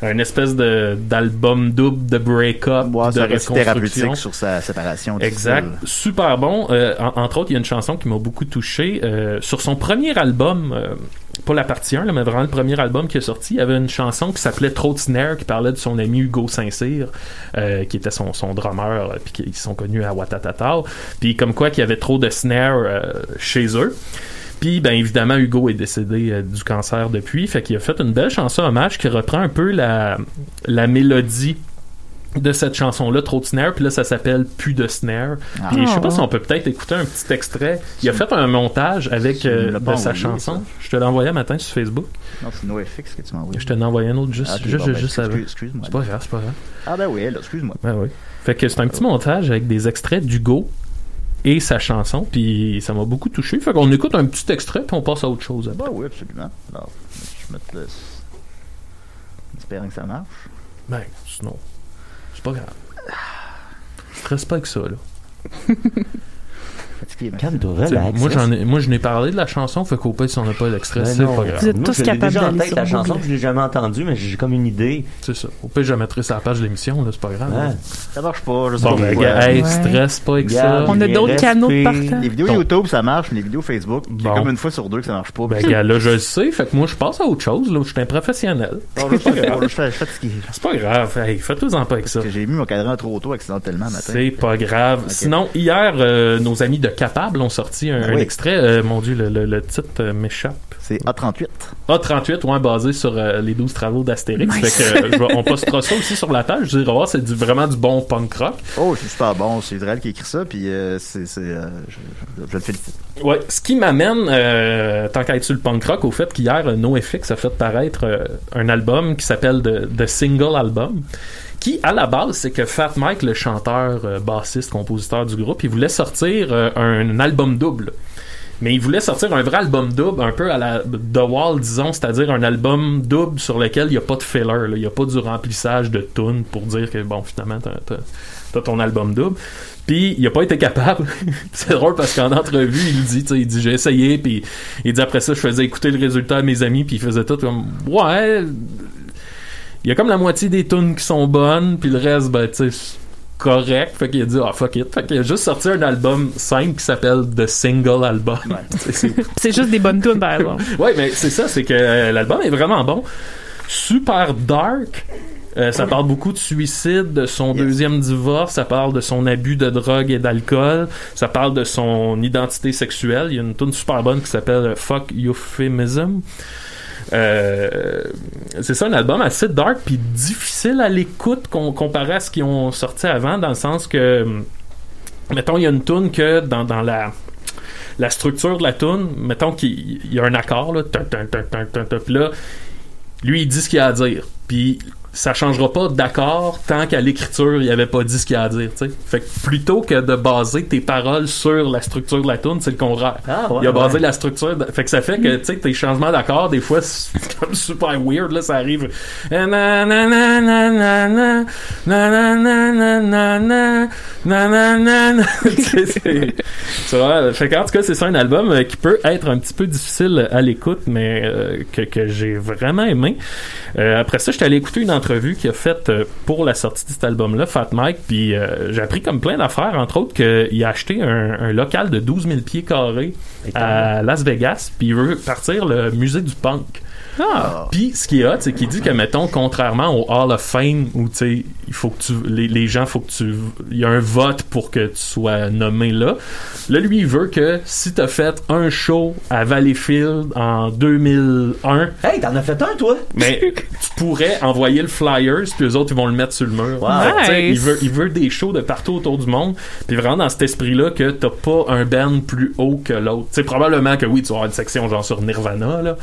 D: Une espèce de- d'album double de break-up,
A: Moi,
D: de
A: ça reste
D: reconstruction.
A: thérapeutique sur sa séparation. du
D: Exact.
A: style.
D: Super bon. Euh, en- entre autres, il y a une chanson qui m'a beaucoup touché. Euh, sur son premier album, euh, pas la partie 1, là, mais vraiment le premier album qui est sorti, il y avait une chanson qui s'appelait Trop de Snare, qui parlait de son ami Hugo Saint-Cyr, euh, qui était son, son drummer, euh, puis qui- ils se sont connus à Watatata. Puis comme quoi qu'il y avait trop de snare euh, chez eux. Puis, ben évidemment, Hugo est décédé euh, du cancer depuis. Fait qu'il a fait une belle chanson hommage qui reprend un peu la, la mélodie de cette chanson-là, Trop de Snare. Puis là, ça s'appelle Plus de Snare.
A: Ah.
D: Puis je sais pas si on peut peut-être écouter un petit extrait. Il a fait un montage avec
A: Tu me
D: euh,
A: l'as pas
D: de sa
A: envoyé,
D: chanson.
A: ça.
D: Je te l'ai envoyé un matin sur Facebook.
A: Non, c'est NoFX que tu m'as envoyé.
D: Je te l'ai envoyé un autre juste,
A: Ah, ok,
D: juste,
A: bon, ben,
D: juste
A: excuse-
D: avant.
A: Excuse-moi.
D: C'est pas grave, c'est pas grave.
A: Ah, ben oui, là, excuse-moi.
D: Ben oui. Fait que c'est un petit montage avec des extraits d'Hugo et sa chanson. Puis ça m'a beaucoup touché. Fait qu'on écoute un petit extrait puis on passe à autre chose.
A: Bah oui, absolument. Alors, je me te laisse. J'espère que ça marche.
D: Ben, sinon, c'est pas grave. Stresse pas avec ça, là.
A: Fatigué, Maxime.
E: Calme-toi,
D: T'sais,
E: relax. Ben
D: Moi, j'en ai, moi, je n'ai parlé de la chanson, fait qu'au pire, si on n'a pas d'extrait, c'est pas grave.
C: Vous êtes tous capables
E: J'ai déjà en
C: d'aller
E: tête
C: sur
E: la chanson,
C: Google.
E: je l'ai jamais entendue, mais j'ai comme une idée.
D: C'est ça. Au pire, je la mettrai sur la page de l'émission, là, c'est pas grave.
E: Ah.
D: hein.
A: Ça marche pas, je sais
D: Bon,
A: pas
D: ben,
A: pourquoi.
D: gars, hey,
C: Ouais.
D: stresse pas avec ça.
E: Regarde.
C: On a
E: Les
C: d'autres canaux de
E: respects.
C: partant.
A: Les vidéos
D: Ton-
A: YouTube, ça marche, mais les vidéos Facebook, il y a
D: Bon.
A: comme une fois sur deux que ça marche pas.
D: Ben, gars, là, je le sais, fait que moi, je passe à autre chose, là. Je suis un professionnel.
A: Bon, je sais pas, bon, là, je fais- je suis fatigué.
D: C'est pas grave. Hey, faites-en pas avec ça.
A: Parce que j'ai mis mon cadran trop tôt accidentellement le matin.
D: C'est pas grave. Sinon, hier, euh, nos amis de Capable ont sorti un,
A: Ah oui.
D: un extrait. Euh, mon Dieu, le, le- le titre euh, m'échappe.
A: C'est A38.
D: A38, ouais, basé sur euh, les 12 travaux d'Astérix. Fait que, euh, je vais- on postera ça aussi sur la page. Je dirais, oh, c'est du, vraiment du bon punk rock.
A: Oh, c'est super bon. C'est Israël qui a écrit ça, puis euh, c'est. c'est, euh, je, je- je le félicite.
D: Ouais, ce qui m'amène, euh, tant qu'à être sur le punk rock, au fait qu'hier, euh, NoFX a fait paraître euh, un album qui s'appelle The, The Single Album, qui, à la base, c'est que Fat Mike, le chanteur, euh, bassiste, compositeur du groupe, il voulait sortir euh, un album double. Mais il voulait sortir un vrai album double, un peu à la The Wall, disons, c'est-à-dire un album double sur lequel il n'y a pas de filler, là. il n'y a pas du remplissage de tunes pour dire que, bon, finalement, t'as- t'as- t'as ton album double. Puis il a pas été capable. (laughs) c'est drôle parce qu'en entrevue, il dit, tu sais, il dit j'ai essayé, puis il dit après ça, je faisais écouter le résultat à mes amis, puis il faisait tout comme ouais. Il y a comme la moitié des tunes qui sont bonnes, puis le reste, ben tu sais, c'est correct. Fait qu'il a dit ah fuck it. Fait qu'il a juste sorti un album simple qui s'appelle The Single Album. (laughs) C'est- c'est
C: C'est juste des bonnes tunes, par exemple.
D: (laughs) Ouais, mais c'est ça, c'est que euh, l'album est vraiment bon. Super dark. Euh, ça parle beaucoup de suicide, de son deuxième divorce, ça parle de son abus de drogue et d'alcool, ça parle de son identité sexuelle. Il y a une tune super bonne qui s'appelle euh, Fuck Euphemism. Euh, c'est ça un album assez dark puis difficile à l'écoute com- comparé à ce qu'ils ont sorti avant dans le sens que hum, mettons il y a une tune que dans, dans la la structure de la tune mettons qu'il il y a un accord là tun, tun, tun, tun, tun, tun, puis là lui il dit ce qu'il a à dire puis ça changera pas d'accord tant qu'à l'écriture il avait pas dit ce qu'il a à dire tu sais fait que plutôt que de baser tes paroles sur la structure de la tune c'est le contraire
E: Ah,
D: (laughs)
E: ouais,
D: il a basé
E: ouais.
D: la structure. de- Fait que ça fait que, tu sais, tes changements d'accords, des fois, c'est comme super weird, là, ça arrive. Na, na, na, na, na, na, na, na, na, na, na, na, na, na, (laughs) na. C'est- c'est- tu vois, fait qu'en tout cas, c'est ça un album euh, qui peut être un petit peu difficile à l'écoute, mais euh, que, que j'ai vraiment aimé. Euh, après ça, j'étais allé écouter une entrevue qu'il a faite euh, pour la sortie de cet album-là, Fat Mike, puis euh, j'ai appris comme plein d'affaires, entre autres qu'il a acheté un, un local de 12 000 pieds carrés à Las Vegas, puis il veut partir le musée du punk. Ah. Puis ce qui est hot, c'est qu'il dit que mettons contrairement au Hall of Fame où tu sais, il faut que tu les, les gens faut que tu il y a un vote pour que tu sois nommé là. Là lui il veut que si t'as fait un show à Valleyfield en 2001,
E: Hey, t'en as fait un, toi?
D: mais tu pourrais envoyer le flyers puis les autres ils vont le mettre sur le mur.
E: Wow.
D: Tu sais,
C: Nice.
D: Il veut il veut des shows de partout autour du monde. Puis vraiment dans cet esprit là que t'as pas un band plus haut que l'autre. Tu sais probablement que oui tu vas avoir une section genre sur Nirvana là,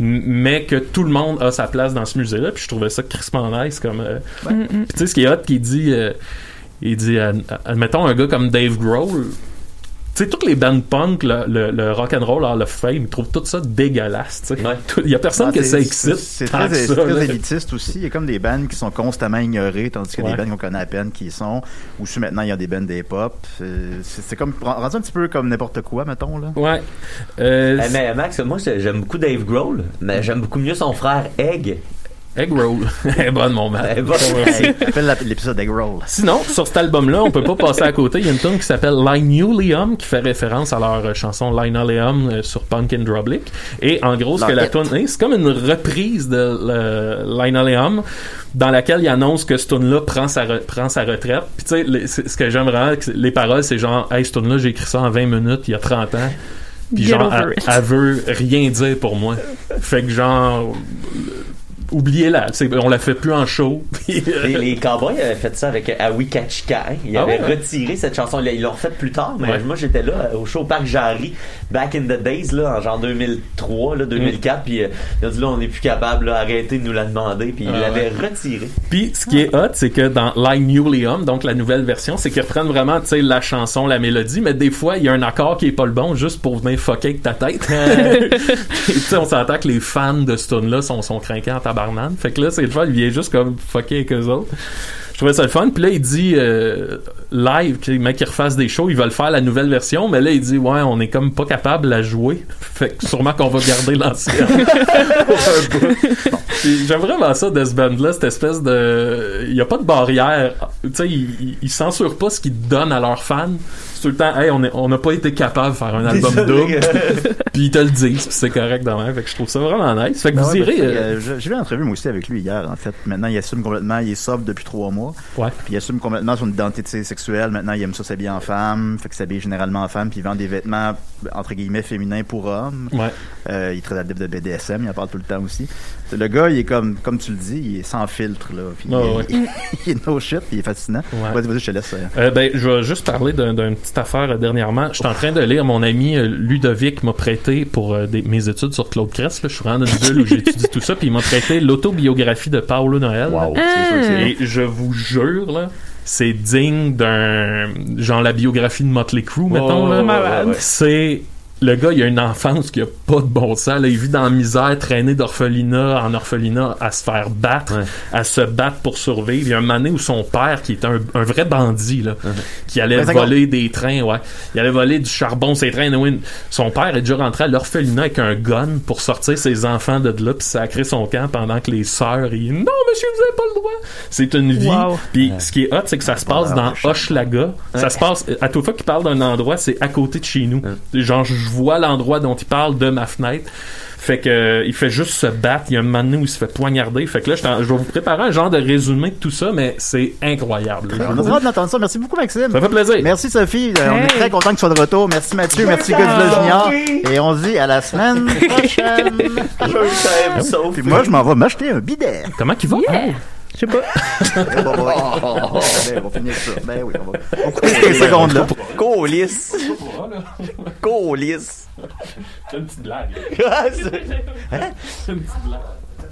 D: m- mais que tout le monde a sa place dans ce musée là. Puis je trouvais ça crispant nice comme. euh, Puis tu sais ce qui est hot qui dit euh, il dit euh, admettons un gars comme Dave Grohl tu sais, toutes les bandes punk, le, le, le rock and roll Hall of Fame, ils trouvent tout ça dégueulasse. tu sais.
E: Ouais.
D: Tout- Il y a personne
A: Ah,
D: que
A: c'est-
D: ça excite.
A: C'est
D: tant
A: très,
D: que
A: c'est
D: ça, là.
A: très élitiste aussi. Il y a comme des bands qui sont constamment ignorées, tandis qu'il y a
D: Ouais.
A: des bands qu'on connaît à peine qui y sont. Ou si maintenant, il y a des bands des pop. Euh, C'est c'est comme rendu un petit peu comme n'importe quoi, mettons. Là.
D: Ouais. Euh,
E: Eh, mais Max, moi, c'est- j'aime beaucoup Dave Grohl, mais j'aime beaucoup mieux son frère Egg.
D: Egg roll. (laughs) Eh, bonne, mon mal.
E: Eh, bonne.
A: Hey, appelle la- l'épisode Egg Roll.
D: Sinon, sur cet album-là, on peut pas passer à côté. Il y a une tune qui s'appelle Linoleum qui fait référence à leur euh, chanson Linoleum euh, sur Punk and Drublic. Et en gros, ce que la
A: Leur
D: tune est, c'est comme une reprise de euh, Linoleum dans laquelle il annonce que ce tune-là prend sa, re- prend sa retraite. Puis tu sais, les- c'est- ce que j'aime vraiment, que c'est- les paroles, c'est genre, hey, ce tune-là, j'ai écrit ça en 20 minutes, il y a 30 ans. Puis
C: Get
D: genre,
C: over
D: elle,
C: it.
D: elle veut rien dire pour moi. Fait que genre, oubliez-la. C'est- On la fait plus en show. Puis, euh,
E: (laughs) Les, les Cowboys avaient fait ça avec Awi Kachika. hein. Ils
D: Ah
E: avaient
D: ouais?
E: retiré cette chanson. Ils l'ont refaite plus tard, mais
D: Ouais.
E: moi j'étais là euh, au show au Parc Jarry, back in the days, là, en genre 2003, là, 2004.
D: Mm.
E: Puis euh, ils ont dit là, on n'est plus capable, là, arrêtez de nous la demander. Puis ils
D: Ah
E: l'avaient retirée.
D: Puis ce qui est hot, c'est que dans Linoleum, donc la nouvelle version, c'est qu'ils reprennent vraiment tu sais la chanson, la mélodie, mais des fois il y a un accord qui est pas le bon juste pour venir fucker avec ta tête. Et (laughs) tu sais on s'entend que les fans de ce tune là sont sont craquants en tabarnane. Fait que là c'est le fun, il vient juste comme fucker avec eux autres. Je trouvais ça le fun. Puis là, il dit euh, live, que les mecs qui refassent des shows, ils veulent faire la nouvelle version, mais là, il dit ouais, on est comme pas capable de la jouer. (laughs) Fait que sûrement qu'on va
A: (laughs)
D: garder l'ancienne. Puis J'aime vraiment ça de ce band-là, cette espèce de. Il n'y a pas de barrière. Tu sais, ils il, censurent pas ce qu'ils donnent à leurs fans. C'est tout le temps, hey, on est- on n'a pas été capable de faire un album
E: Désolé,
D: double. (laughs)
E: euh,
D: Puis ils te le disent, puis c'est correct dans Fait que je trouve ça vraiment nice. Fait que
A: Ben
D: vous
A: ouais,
D: irez.
A: parce que,
D: euh,
A: euh, je- J'ai vu une entrevue, moi aussi, avec lui hier, en fait. Maintenant, il assume complètement, il est sobre depuis trois mois.
D: Ouais.
A: Puis il assume complètement son identité sexuelle. Maintenant, il aime ça s'habiller en femme. Fait qu'il s'habille généralement en femme, puis il vend des vêtements, entre guillemets, féminins pour hommes.
D: Ouais.
A: Euh, il est très adepte de BDSM, il en parle tout le temps aussi. C'est- Le gars, il est comme, comme tu le dis, il est sans filtre, là. Puis
D: Ouais,
A: il,
D: ouais.
A: il- (laughs) il est no shit, puis il est fascinant.
D: Ouais.
A: Vas-y, vas-y, je te laisse. euh.
D: Euh, ben, je vais juste parler d'un- d'une petite affaire euh, dernièrement. Je suis en train de lire mon ami euh, Ludovic m'a prêté pour euh, des- mes études sur Claude Crest. là. Je suis vraiment dans une bulle où j'étudie tout ça, puis il m'a prêté l'autobiographie de Paolo Noël.
A: C'est sûr que
E: Hmm.
C: Ah.
A: c'est-
D: Et je vous jure, là, c'est digne d'un. genre la biographie de Motley Crue, mettons. là.
E: ouais,
C: malade.
E: ouais, ouais.
D: C'est. Le gars, il a une enfance qui a pas de bon sens. Là, il vit dans la misère, traîné d'orphelinat en orphelinat, à se faire battre,
E: Ouais.
D: à se battre pour survivre. Il y a un année où son père, qui était un, un vrai bandit, là, qui allait
A: Ben, d'accord.
D: voler des trains, ouais. Il allait voler du charbon, ses trains. anyway. Son père est déjà rentré à l'orphelinat avec un gun pour sortir ses enfants de là, puis sacrer son camp pendant que les sœurs, ils, non, monsieur, vous avez pas le droit. C'est une vie.
C: Wow.
D: Puis ce qui est hot, c'est que ça se passe
A: Ouais,
D: dans
A: ouais, je-
D: Hochelaga. Ça se passe, euh, à toute fois qu'il parle d'un endroit, c'est à côté de chez nous. Genre, je vois l'endroit dont il parle de ma fenêtre. Fait que euh, il fait juste se battre. Il y a un moment donné où il se fait poignarder. Fait que là, je, t'en- je vais vous préparer un genre de résumé de tout ça, mais c'est incroyable.
A: On a le droit de l'entendre ça. Merci beaucoup, Maxime.
D: Ça fait plaisir.
A: Merci Sophie, Euh, on
C: Hey.
A: est très content que tu sois de retour. Merci Mathieu, merci Godzilla Junior. Et on se dit à la (laughs) semaine prochaine.
E: Je
D: Ah
E: t'aime, sauf.
A: Puis moi, je m'en vais m'acheter un (laughs) bidet.
D: Comment qu'il va?
C: Je sais pas.
A: Bon, bon, ouais. Ben, on va finir ça. Ben oui, on va. On coupe ces secondes-là.
E: Colis. Colis.
D: C'est une petite blague.
E: Ah, c'est-
D: C'est une petite blague.